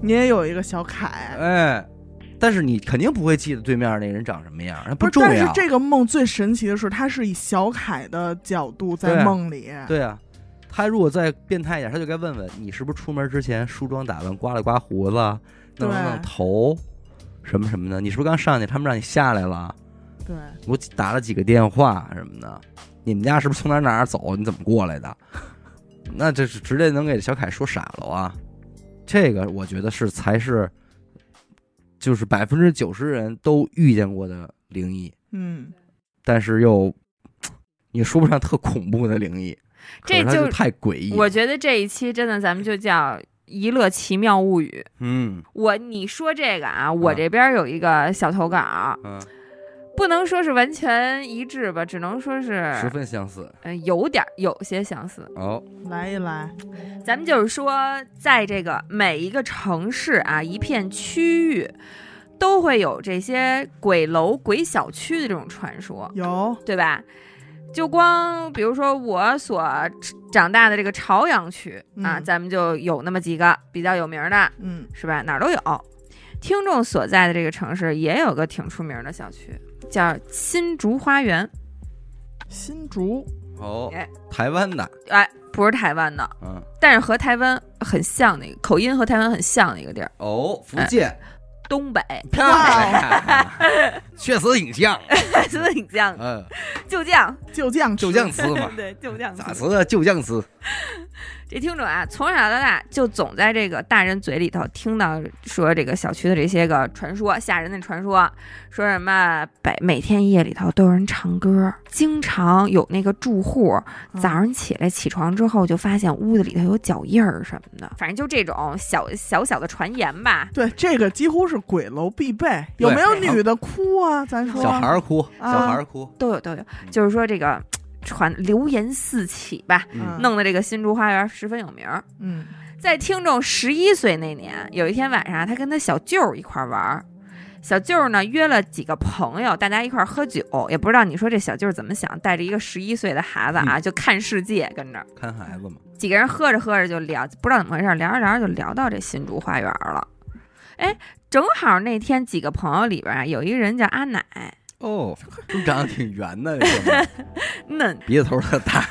你也有一个小凯。
哎，但是你肯定不会记得对面那人长什么样，那
不是
重
但是
要。
这个梦最神奇的是，它是以小凯的角度
对
在
啊
梦里。
对啊，他如果再变态一点，他就该问问你是不是出门之前梳妆打扮、刮了刮胡子、弄了弄
对
头，什么什么的。你是不是刚上去，他们让你下来了？
对
我打了几个电话什么的。你们家是不是从哪儿哪儿走？你怎么过来的？那这是直接能给小凯说傻了啊！这个我觉得是才是，就是百分之九十人都遇见过的灵异，
嗯，
但是又你说不上特恐怖的灵异，可
这
是它
就
就太诡异了。
我觉得这一期真的咱们就叫《一乐奇妙物语》。
嗯
我你说这个啊，我
啊
这边有一个小投稿，
嗯，
不能说是完全一致吧，只能说是
十分相似
呃有点儿有些相似。
哦。
来一来，
咱们就是说，在这个每一个城市啊，一片区域，都会有这些鬼楼、鬼小区的这种传说，
有
对吧？就光比如说我所长大的这个朝阳区啊，
嗯
咱们就有那么几个比较有名的，
嗯，
是吧？哪儿都有。听众所在的这个城市也有个挺出名的小区，叫新竹花园。
新竹
哦
哎，
台湾的，
哎，不是台湾的，
嗯，
但是和台湾很像的一个口音和台湾很像的一个地儿，
哦，福建，
哎东北。
漂
啊
亮，确实挺像，
什么挺像的，
嗯，
就酱，，
就酱
就
吃
酱吃嘛
对，就酱
咋吃啊？就酱吃，
这听众啊，从小到大就总在这个大人嘴里头听到说这个小区的这些个传说，吓人的传说，说什么每每天夜里头都有人唱歌，经常有那个住户
嗯
早上起来起床之后就发现屋子里头有脚印儿什么的，反正就这种小小小的传言吧。
对，这个几乎是鬼楼必备。有没有
对
女的哭啊？咱说
小孩儿哭，
啊
小孩儿哭，
都有都有，就是说这个传流言四起吧，
嗯
嗯
弄得这个新竹花园十分有名儿。
嗯，
在听众十一岁那年，有一天晚上，他跟他小舅儿一块儿玩儿。小舅儿呢约了几个朋友，大家一块儿喝酒，也不知道你说这小舅儿怎么想，带着一个十一岁的孩子啊，就看世界，跟着
看孩子嘛，
几个人喝着喝着就聊，不知道怎么回事，聊着聊着就聊到这新竹花园了。哎，正好那天几个朋友里边啊，有一个人叫阿奶，
哦，都长得挺圆 的，这个
嫩
鼻子头儿特大，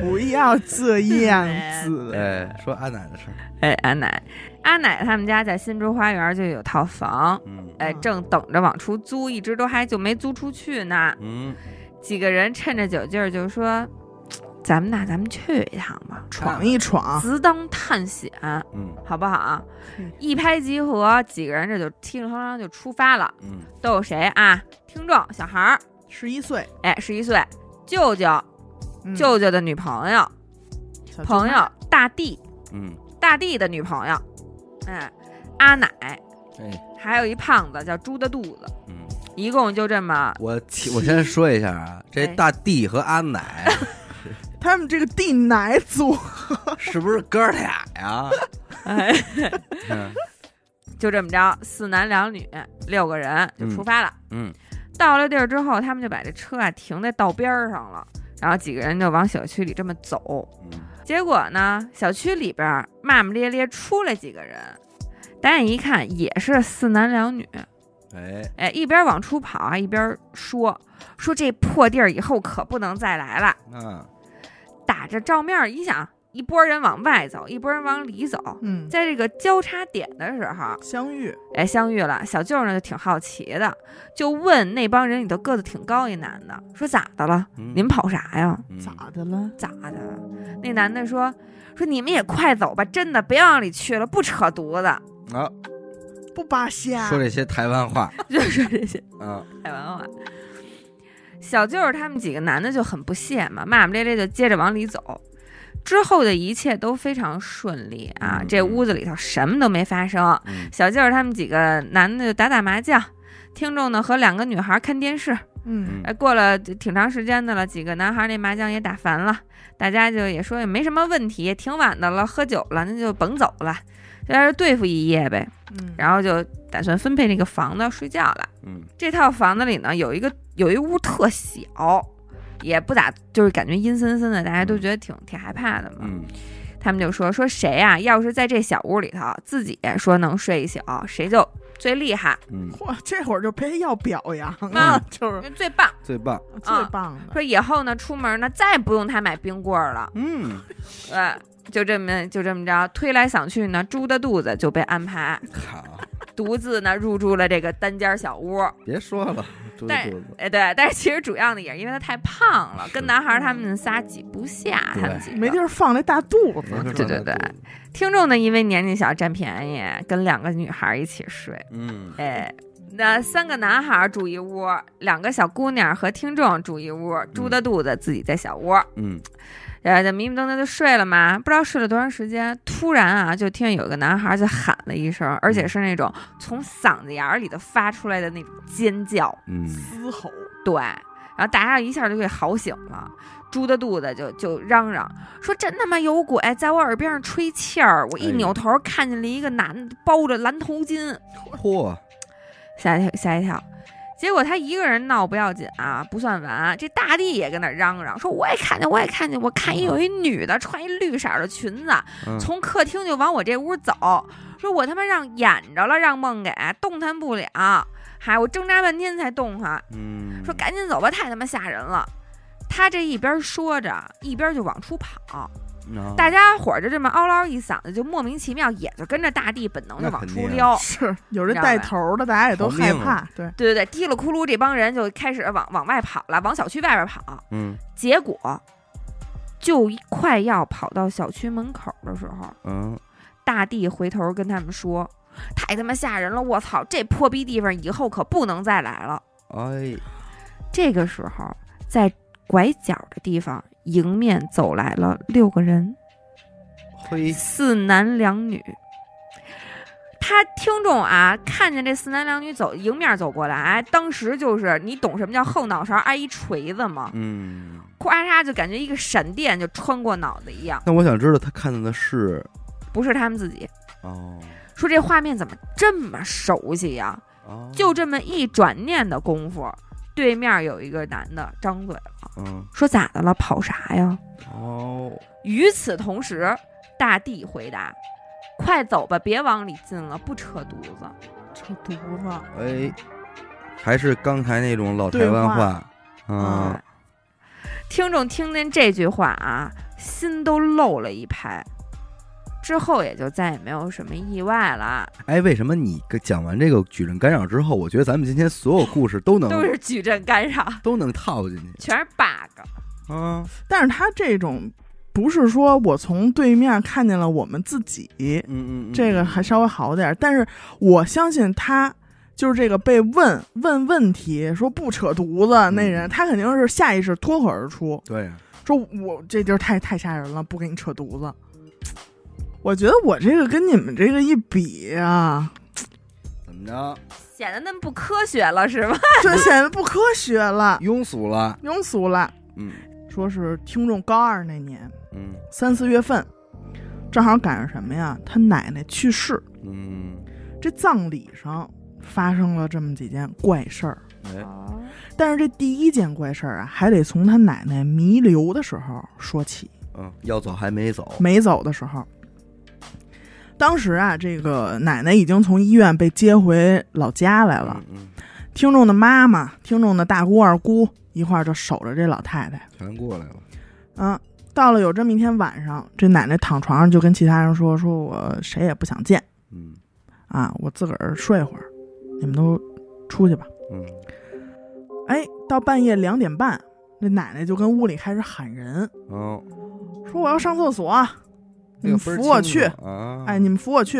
不要 这样子。
哎，说阿奶的事儿，
哎阿奶，阿奶他们家在新竹花园就有套房，
嗯
哎
嗯
正等着往出租，一直都还就没租出去呢。
嗯，
几个人趁着酒劲儿就说：“咱们呐，咱们去一趟吧，
闯一闯，
只当探险，
嗯
好不好
嗯？”
一拍即合，几个人这就踢着哐啷就出发了。
嗯，
都有谁啊？听众小孩儿，
十一岁，
哎，十一岁，舅舅，
嗯
舅舅的女朋友，
小舅
朋友大弟，
嗯，
大弟的女朋友，哎，阿奶，
哎，
还有一胖子叫猪的肚子，
嗯，
一共就这么
我起我先说一下啊，这
哎
大弟和阿 奶
他们这个弟奶 组，
是不是哥俩呀？
哎。
嗯
就这么着，四男两女，六个人就出发了。
嗯
到了地儿之后，他们就把这车啊停在道边儿上了，然后几个人就往小区里这么走。
嗯，
结果呢，小区里边儿骂骂咧咧出来几个人，打眼一看也是四男两女，
哎，
哎，一边往出跑啊，一边说说这破地儿以后可不能再来了。
那
打着照面儿一想，一拨人往外走，一拨人往里走，
嗯，
在这个交叉点的时候，
相遇，
哎，相遇了。小舅呢就挺好奇的，就问那帮人里头个子挺高一男的，说咋的了？
嗯
你们跑啥呀？
嗯
咋的了？
咋的？那男的说说你们也快走吧，真的别往里去了，不扯犊子，
啊？
不扒瞎
说，这些台湾话，
就说这些
啊，
台湾话。小舅他们几个男的就很不屑嘛，骂骂咧咧就接着往里走。之后的一切都非常顺利啊，
嗯
这屋子里头什么都没发生。
嗯
小舅儿他们几个男的就打打麻将，听众呢和两个女孩看电视，
嗯
嗯
哎，过了挺长时间的了，几个男孩那麻将也打烦了，大家就也说也没什么问题，也挺晚的了，喝酒了，那就甭走了，在这儿对付一夜呗。
嗯，
然后就打算分配那个房子睡觉了。
嗯
这套房子里呢，有一个有一屋特小，也不咋，就是感觉阴森森的，大家都觉得挺挺害怕的嘛。
嗯
他们就说说谁啊，要是在这小屋里头自己说能睡一宿，谁就最厉害，
嗯，
嚯，这会儿就别要表扬了
那，
就是
最棒。
最棒，
最棒的。
说以后呢，出门呢再不用他买冰棍儿了。
嗯，
呃，就这么就这么着，推来想去呢，猪的肚子就被安排，
好，
独自呢入住了这个单间小屋。
别说了，猪的
但
肚子，
哎，对，但是其实主要呢也是因为他太胖了，跟
是
男孩儿他们仨挤不下，他们几
嗯没地
个。
儿放那大肚子，
没
是
事
吧
对对对
大肚子
听众呢因为年纪小占便宜，跟两个女孩儿一起睡。
嗯
哎，那三个男孩儿住一屋，两个小姑娘和听众住一屋，猪的肚子自己在小屋。
嗯
呃，这迷迷瞪瞪就睡了嘛，不知道睡了多长时间，突然啊，就听见有一个男孩就喊了一声，而且是那种从嗓子眼儿里头发出来的那种尖叫，
嗯，
嘶吼，
对，然后大家一下就给嚎醒了，猪的肚子就就嚷嚷说真他妈有鬼，在我耳边上吹气儿，我
哎
一
呦
扭头看见了一个男的包着蓝头巾，
嚯，
吓一跳吓一跳。结果他一个人闹不要紧啊，不算完，这大地也跟那儿嚷嚷说我也看见，我也看见，我看见有一女的穿一绿色的裙子，
嗯
从客厅就往我这屋走，说我他妈让演着了，让梦给动弹不了，嗨，我挣扎半天才动弹，
嗯，
说赶紧走吧，太他妈吓人了。他这一边说着，一边就往出跑，
啊
大家伙儿就这么嗷唠一嗓子，就莫名其妙也就跟着大地本能
那
就往
肯
出
定啊
撩。
是有人带头儿的，大家也都害
逃命啊
怕
了。
对，
对对对，滴了咕噜，这帮人就开始往往外跑了，往小区外边跑。
嗯
结果就快要跑到小区门口的时候，
嗯，
大地回头跟他们说：“太他妈吓人了！我操，这破逼地方以后可不能再来了。
哎，”
这个时候，在拐角的地方，迎面走来了六个人，
嘿，
四男两女。他听众啊，看见这四男两女走迎面走过来，哎当时就是你懂什么叫后脑勺挨一锤子吗？
嗯，
咔嚓就感觉一个闪电就穿过脑子一样，
那我想知道他看到的是
不是他们自己。
哦
说这画面怎么这么熟悉呀、
哦，
就这么一转念的功夫，对面有一个男的张嘴了，
嗯
说咋的了？跑啥呀？
哦，
与此同时，大地回答：“快走吧，别往里进了，不扯犊子。
扯犊子，
哎，还是刚才那种老台湾话，嗯，
听众听见这句话啊，心都漏了一拍。之后也就再也没有什么意外了，
哎，为什么你跟讲完这个矩阵干扰之后，我觉得咱们今天所有故事都能
都是矩阵干扰，
都能套进去
全是 bug。
啊？
但是他这种不是说我从对面看见了我们自己，
嗯嗯，嗯
这个还稍微好点儿，但是我相信他就是这个被问问问题说不扯犊子那
嗯
人，他肯定是下意识脱口而出，
对啊呀，
说我这地儿太太吓人了，不给你扯犊子。我觉得我这个跟你们这个一比啊，
怎么着
显得那么不科学了是吧？
这显得不科学了，
庸俗了？
庸俗了。
嗯
说是听众高二那年
嗯
三四月份，正好赶上什么呀？他奶奶去世，
嗯，
这葬礼上发生了这么几件怪事儿。
哎，
哦
但是这第一件怪事儿啊，还得从他奶奶弥留的时候说起。
嗯，要走还没走，
没走的时候，当时啊，这个奶奶已经从医院被接回老家来了。
嗯，嗯
听众的妈妈、听众的大姑、二姑一块儿就守着这老太太。
全过来了，
嗯，到了有这么一天晚上，这奶奶躺床上就跟其他人说：“说我谁也不想见
嗯
啊，我自个儿睡会儿，你们都出去吧。”
嗯
哎，到半夜两点半，这奶奶就跟屋里开始喊人，
哦，
说我要上厕所，
这
你
个
们
倍儿
扶我
清
去。
楚啊！
哎，你们扶我去。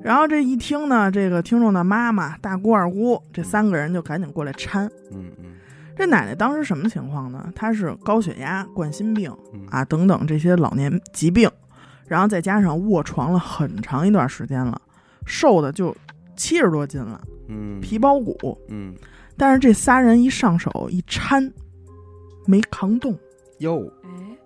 然后这一听呢，这个听众的妈妈、大姑、二姑这三个人就赶紧过来搀。
嗯嗯
这奶奶当时什么情况呢？她是高血压、冠心病
嗯
啊等等这些老年疾病，然后再加上卧床了很长一段时间了，瘦的就七十多斤了，
嗯，
皮包骨。
嗯
但是这仨人一上手一搀，没扛动。
哟，
哎，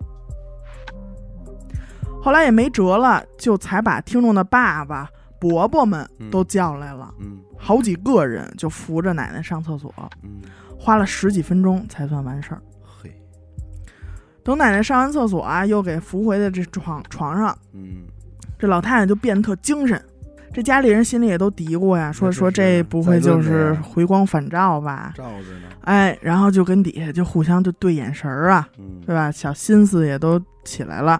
后来也没辙了，就才把听众的爸爸、伯伯们都叫来了，
嗯
好几个人就扶着奶奶上厕所，
嗯，
花了十几分钟才算完事儿。
嘿，
等奶奶上完厕所啊，又给扶回的这床床上，
嗯，
这老太太就变得特精神。这家里人心里也都嘀咕呀，说
那真是
说这不会就
再论
是
了呀
回光返照吧？
罩着呢，
哎，然后就跟底下就互相就对眼神儿啊，
嗯
对吧？小心思也都起来了，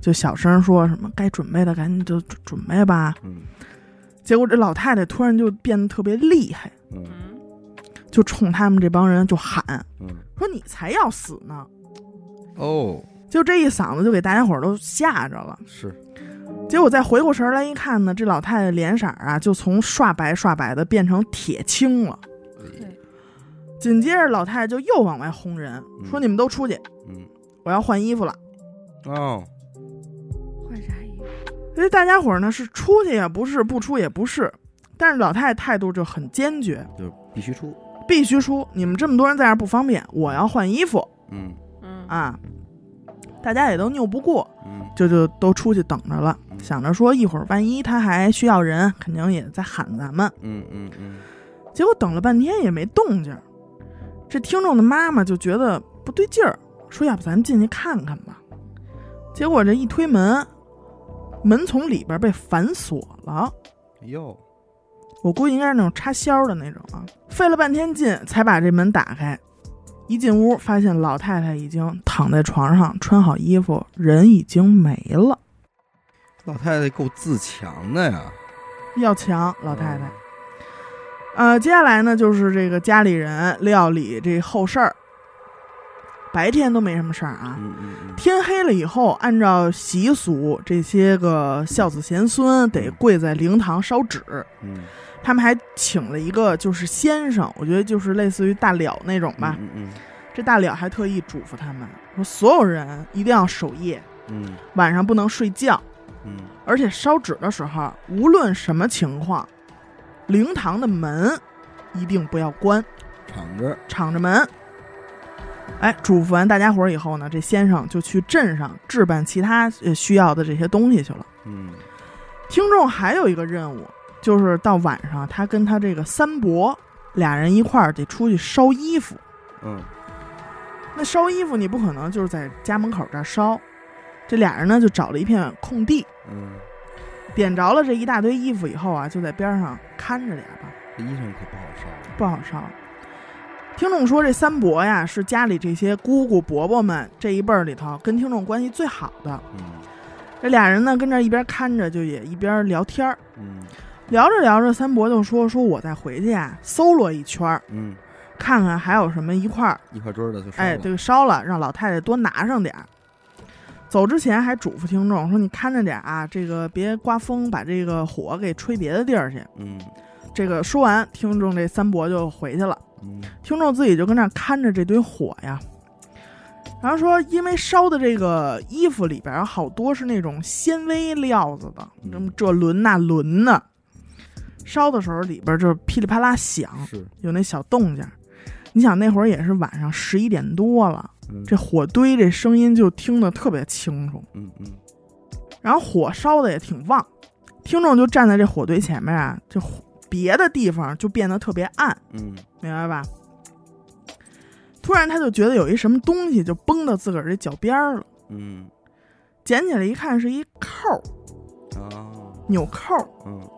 就小声说什么该准备的赶紧就准准备吧。
嗯
结果这老太太突然就变得特别厉害，
嗯
嗯，
就冲他们这帮人就喊
嗯，
说：“你才要死呢
哦，！”
就这一嗓子就给大家伙儿都吓着了。
是，
结果再回过神儿来一看呢，这老太太脸色儿啊就从刷白刷白的变成铁青了。
对，
紧接着老太太就又往外轰人，说：“你们都出去，
嗯，
我要换衣服了。”
哦，
换啥衣服？
因为哎大家伙儿呢是出去也不是，不出也不是，但是老太太态度就很坚决，
就必须出，
必须出。你们这么多人在这儿不方便，我要换衣服
嗯
嗯，
啊！大家也都拗不过，
嗯
就就都出去等着了，
嗯
想着说一会儿万一他还需要人，肯定也在喊咱们。
嗯嗯嗯，
结果等了半天也没动静儿，这听众的妈妈就觉得不对劲儿，说要不咱们进去看看吧。结果这一推门，门从里边被反锁了。
哟，
我估计应该是那种插销的那种啊。费了半天劲才把这门打开，一进屋发现老太太已经躺在床上，穿好衣服，人已经没了。
老太太够自强的呀，
要强，老太
嗯
太。呃，接下来呢，就是这个家里人料理这后事儿。白天都没什么事儿啊，
嗯，嗯嗯
天黑了以后，按照习俗，这些个孝子贤孙得跪在灵堂烧纸。
嗯，
他们还请了一个就是先生，我觉得就是类似于大了那种
嗯
吧。
嗯嗯
这大了还特意嘱咐他们说，所有人一定要守夜，
嗯
晚上不能睡觉，
嗯，
而且烧纸的时候，无论什么情况，灵堂的门一定不要关，
敞着，
敞着门。哎，嘱咐完大家伙儿以后呢，这先生就去镇上置办其他呃需要的这些东西去了。
嗯
听众还有一个任务，就是到晚上，他跟他这个三伯俩人一块儿得出去烧衣服。
嗯
那烧衣服你不可能就是在家门口这儿烧，这俩人呢就找了一片空地，
嗯，
点着了这一大堆衣服以后啊，就在边上看着点儿吧，
这衣裳可不好烧了，
不好烧。听众说这三伯呀是家里这些姑姑伯伯们这一辈儿里头跟听众关系最好的，
嗯
这俩人呢跟这儿一边看着就也一边聊天儿，
嗯
聊着聊着三伯就说说我再回去呀搜罗一圈儿，
嗯，
看看还有什么一块儿
一块堆儿的就烧
哎，
了，
这个烧了，让老太太多拿上点儿。走之前还嘱咐听众说：“你看着点儿啊，这个别刮风，把这个火给吹别的地儿去。
嗯”
这个说完，听众这三伯就回去了。
嗯
听众自己就跟那儿看着这堆火呀，然后说，因为烧的这个衣服里边儿好多是那种纤维料子的，什么这轮那轮的，烧的时候里边儿就是噼里啪啦响，
是，
有那小动静儿。你想那会儿也是晚上十一点多了，
嗯
这火堆这声音就听得特别清楚，
嗯嗯
然后火烧的也挺旺，听众就站在这火堆前面啊，这火别的地方就变得特别暗，
嗯
明白吧？突然他就觉得有一什么东西就崩到自个儿这脚边儿了，
嗯，
捡起来一看是一扣儿
哦，
纽扣儿。
嗯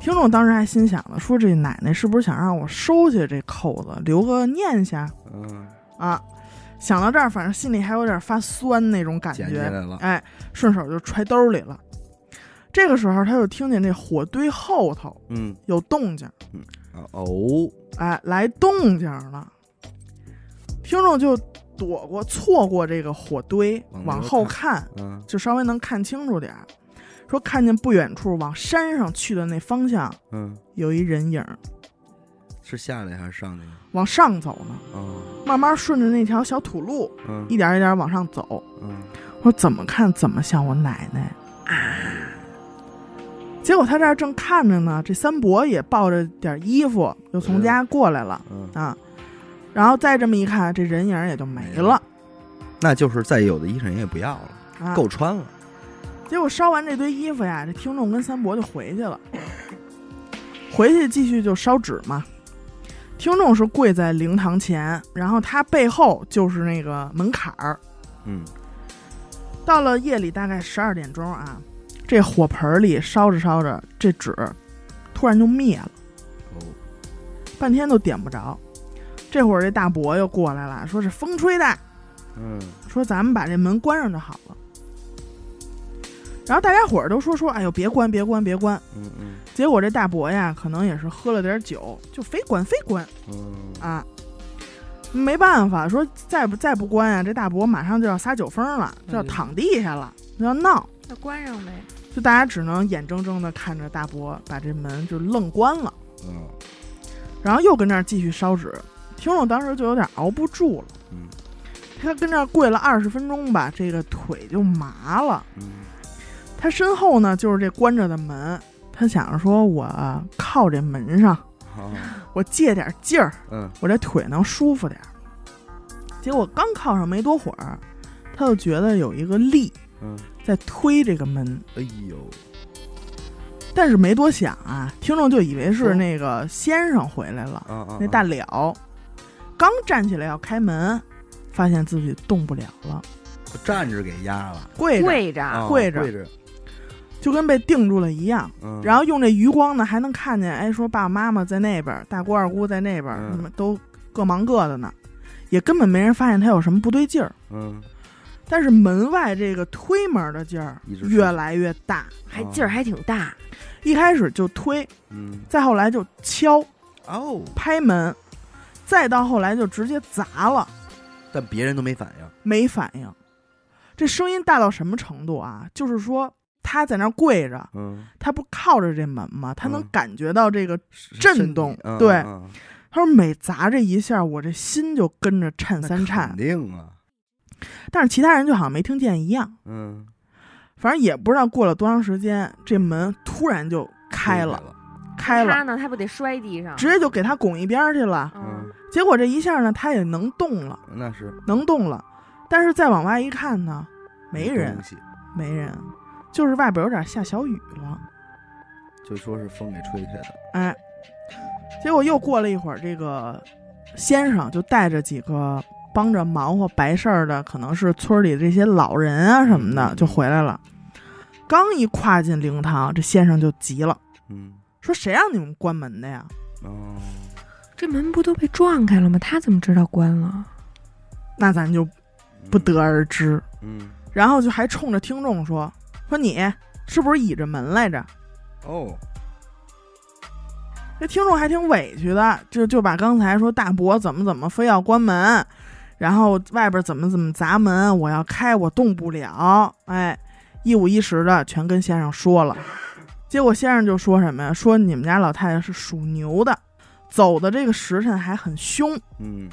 听众当时还心想呢，说这奶奶是不是想让我收起这扣子，留个念想
嗯，
啊？想到这儿，反正心里还有点发酸那种感觉。
捡起来了，
哎，顺手就揣兜里了。这个时候，他就听见这火堆后头
嗯
有动静，
啊哦，
哎，来动静了。听众就躲过、错过这个火堆，
往那边
往后看，
嗯
就稍微能看清楚点儿。说看见不远处往山上去的那方向
嗯，
有一人影儿，
是下来还是上去？
往上走呢，
哦，
慢慢顺着那条小土路，
嗯
一点一点往上走。
嗯
我说怎么看怎么像我奶奶啊。结果他这儿正看着呢，这三伯也抱着点衣服又从家过来了
嗯，
啊，然后再这么一看，这人影儿也就没了
那就是再有的衣裳也不要了，
啊。
够穿了。
结果烧完这堆衣服呀，这听众跟三伯就回去了，回去继续就烧纸嘛。听众是跪在灵堂前，然后他背后就是那个门槛儿。
嗯，
到了夜里大概十二点钟啊，这火盆儿里烧着烧着，这纸突然就灭了。
哦，
半天都点不着。这会儿这大伯又过来了，说是风吹的，
嗯，
说咱们把这门关上就好了。然后大家伙儿都说说，哎呦，别关，别关，别关。
嗯嗯
结果这大伯呀，可能也是喝了点酒，就非关非关
嗯，
啊，没办法，说再不再不关呀、这大伯马上就要撒酒疯了，就要躺地下了，就要闹。
那关上呗。
就大家只能眼睁睁的看着大伯把这门就愣关了。
嗯
然后又跟那儿继续烧纸。听众当时就有点熬不住了，
嗯
他跟那儿跪了二十分钟吧，这个腿就麻了。
嗯，
他身后呢就是这关着的门，他想着说我靠这门上，
好，
我借点劲儿，
嗯
我这腿能舒服点儿。结果刚靠上没多会儿，他就觉得有一个力
嗯，
在推这个门，
哎呦，
但是没多想啊，听众就以为是
哦
那个先生回来了。
啊啊，
那大了刚站起来要开门，发现自己动不了了，
站着给压了，
跪着
跪着，
啊
跪着
跪着，
就跟被定住了一样。
嗯，
然后用这余光呢，还能看见，哎，说爸爸妈妈在那边，大姑二姑在那边，
嗯
你们都各忙各的呢，也根本没人发现他有什么不对劲儿。
嗯，
但是门外这个推门的劲儿
一直是
越来越大，
还劲儿还挺大。
一开始就推，
嗯，
再后来就敲
哦，
拍门，再到后来就直接砸了。
但别人都没反应，
没反应。这声音大到什么程度啊？就是说他在那儿跪着，
嗯，
他不靠着这门吗？他能
嗯
感觉到这个。
是是
震
身体
动
嗯
对
嗯嗯
他说每砸这一下，我这心就跟着颤
那
三
肯
颤。
定啊，
但是其他人就好像没听见一样。
嗯，
反正也不知道过了多长时间，这门突然就开了，
了，
开
他
了，
呢，他不得摔地上？
直接就给他拱一边儿去了。
嗯，
结果这一下呢，他也能动了，
那是
能动了。但是再往外一看呢，没人
东，西，
没人，就是外边有点下小雨了。
就说是风给吹开的，
哎，结果又过了一会儿，这个先生就带着几个帮着忙活白事儿的，可能是村里这些老人啊什么的，
嗯
就回来了。刚一跨进灵堂，这先生就急了，
嗯，
说：“谁让你们关门的呀
哦，
这门不都被撞开了吗？他怎么知道关了？？”
那咱就 不得而知。
嗯，嗯，
然后就还冲着听众说：“说你是不是倚着门来着
哦，？”
这听众还挺委屈的，就就把刚才说大伯怎么怎么非要关门，然后外边怎么怎么砸门，我要开，我动不了，哎，一五一十的全跟先生说了。结果先生就说什么呀？说你们家老太太是属牛的，走的这个时辰还很凶，
嗯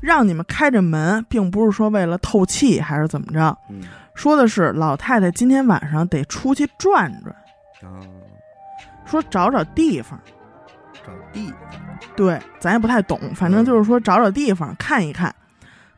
让你们开着门，并不是说为了透气还是怎么着，
嗯，
说的是老太太今天晚上得出去转转，
哦，
说找找地方。
找地，
对，咱也不太懂，反
嗯
正就是说找找地方看一看，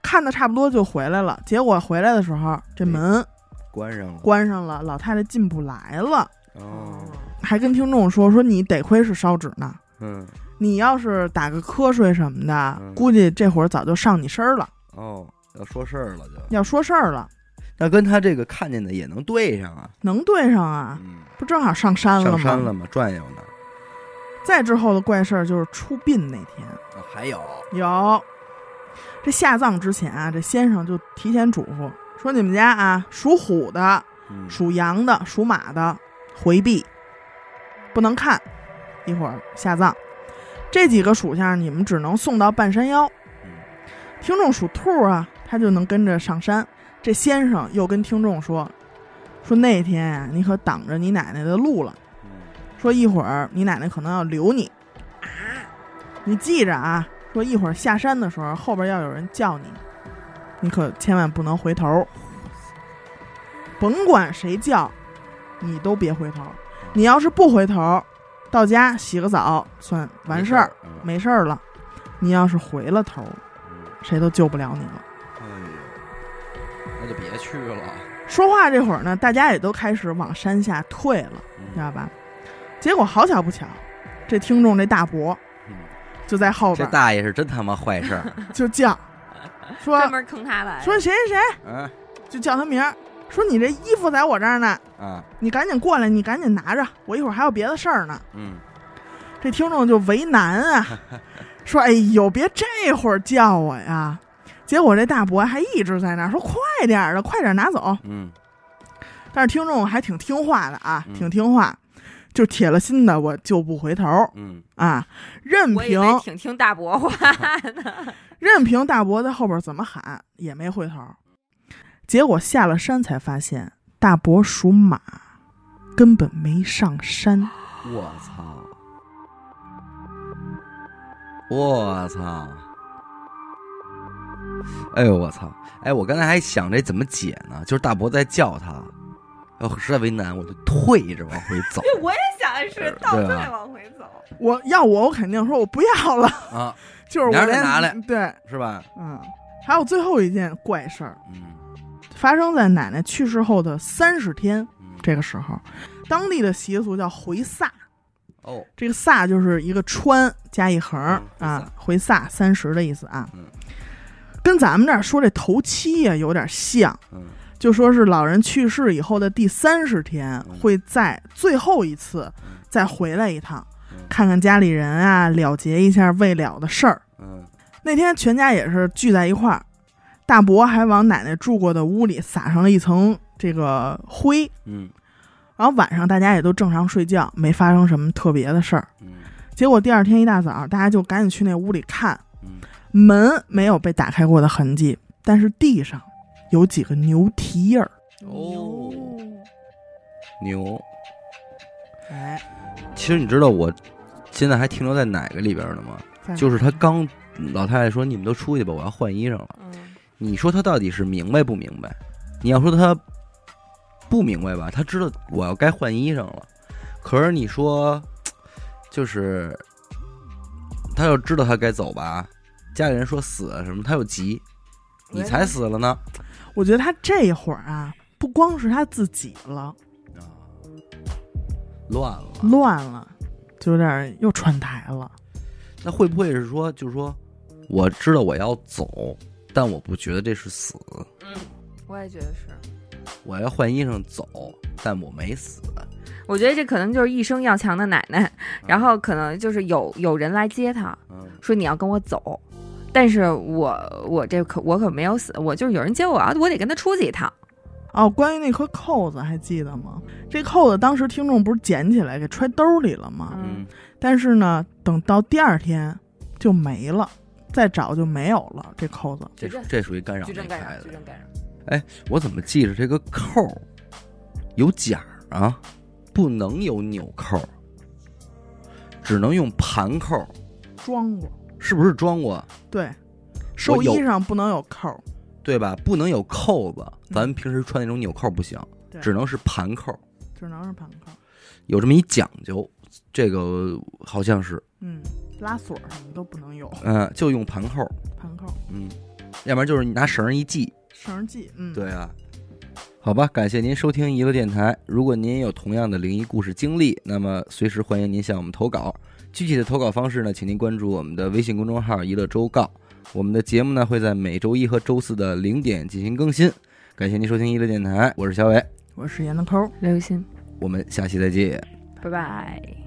看的差不多就回来了。结果回来的时候，
嗯
这门
关上了，
关上了，老太太进不来了，
嗯
哦，
还跟听众说说你得亏是烧纸呢，
嗯，
你要是打个瞌睡什么的
嗯，
估计这会儿早就上你身儿了，
哦，要说事儿了就，
要说事儿了，
那跟他这个看见的也能对上啊，
能对上啊？
嗯，
不正好上山了
上
吗？
山了嘛，转悠呢，
再之后的怪事儿就是出殡那天，
啊还有，
有，这下葬之前啊，这先生就提前嘱咐说：“你们家啊，属虎的、
嗯，
属羊的、属马的，回避，不能看，一会儿下葬。这几个属相你们只能送到半山腰。
嗯
听众属兔啊，他就能跟着上山。这先生又跟听众说，说那天呀、你可挡着你奶奶的路了。”
嗯
说一会儿你奶奶可能要留你，你记着啊，说一会儿下山的时候后边要有人叫你，你可千万不能回头，甭管谁叫，你都别回头，你要是不回头，到家洗个澡算完事儿，，
嗯
没事儿了。你要是回了头，谁都救不了你了。
哎呦，那就别去了，
说话这会儿呢，大家也都开始往山下退了，
嗯
知道吧？结果好巧不巧，这听众这大伯
嗯
就在后
这
边
大爷是真他妈坏事 儿，
就 叫，说
专门坑他来的。
说谁谁谁，
嗯
就叫他名儿，说你这衣服在我这儿呢，
啊
你赶紧过来，你赶紧拿着，我一会儿还有别的事儿呢。
嗯
这听众就为难 啊，说：“哎呦，别这会儿叫我呀！”结果这大伯还一直在那儿说：“快点儿的，快点儿拿走。
嗯，”
但是听众还挺听话的啊，
嗯
挺听话，就铁了心的我就不回头
嗯
啊，任
我以
凭
为挺听大伯话，
任凭大伯在后边怎么喊，也没回头。结果下了山才发现，大伯属马，根本没上山。
我操，我操，哎呦我操，哎，我刚才还想这怎么解呢，就是大伯在叫他，要实在为难，我就退着往回走
哎
我也想的是倒退往回走。
我要我，我肯定说我不要了，
啊，
就是我
拿来
连
拿来
对。
是吧？
嗯，还有最后一件怪事儿，
嗯
发生在奶奶去世后的三十天。
嗯，
这个时候，当地的习俗叫回萨，
哦，
这个萨就是一个川加一横儿
嗯
啊，回萨三十的意思啊
嗯。
跟咱们这儿说这头七呀、有点像，
嗯
就说是老人去世以后的第三十天，
嗯
会在最后一次
嗯
再回来一趟
嗯，
看看家里人啊，了结一下未了的事儿。
嗯
那天全家也是聚在一块儿，大伯还往奶奶住过的屋里撒上了一层这个灰。
嗯
然后晚上大家也都正常睡觉，没发生什么特别的事儿。
嗯
结果第二天一大早，大家就赶紧去那屋里看，
嗯，
门没有被打开过的痕迹，但是地上有几个牛蹄印儿。
哦牛。
哎，
其实你知道我现在还停留在哪个里边呢吗？
在
就是他刚老太太说你们都出去吧，我要换衣裳了。
嗯，
你说他到底是明白不明白？你要说他不明白吧，他知道我要该换衣裳了。可是你说，就是他要知道他该走吧，家里人说死啊什么，他又急，你才死了呢。
我觉得他这会儿啊，不光是他自己
啊
了，
乱了，
乱了，就有点儿又串台了。
那会不会是说，就是说，我知道我要走，但我不觉得这是死，
嗯，我也觉得是。
我要换衣裳走，但我没死。
我觉得这可能就是一生要强的奶奶，然后可能就是有有人来接她，
嗯，
说你要跟我走，但是我我这可我可没有死，我就是有人接我啊，我得跟他出去一趟。
哦，关于那颗扣子还记得吗？这扣子当时听众不是捡起来给揣兜里了吗？
嗯
嗯，
但是呢，等到第二天就没了，再找就没有了这扣子。
这
矩阵
这属于干扰
举
没
证干
开
扰，举
的。
证干扰。
我怎么记着这个扣儿有角儿啊？不能有纽扣儿，只能用盘扣儿，
装过，
是不是装过？
对，寿
有
衣上不能有扣儿，
对吧？不能有扣子，
嗯
咱们平时穿那种纽扣儿不行，
对
只能是盘扣儿，
只能是盘扣儿。
有这么一讲究。这个好像是，
嗯，拉锁什么都不能有
嗯、就用盘扣儿，
盘扣儿，
嗯，要不然就是你拿绳儿一系，
绳儿系。嗯，
对啊，好吧，感谢您收听娱乐电台。如果您也有同样的灵异故事经历，那么随时欢迎您向我们投稿。具体的投稿方式呢，请您关注我们的微信公众号“娱乐周告”。我们的节目呢会在每周一和周四的零点进行更新。感谢您收听娱乐电台，我是小伟，
我是严的抠儿。
刘雨欣，
我们下期再见。
拜拜。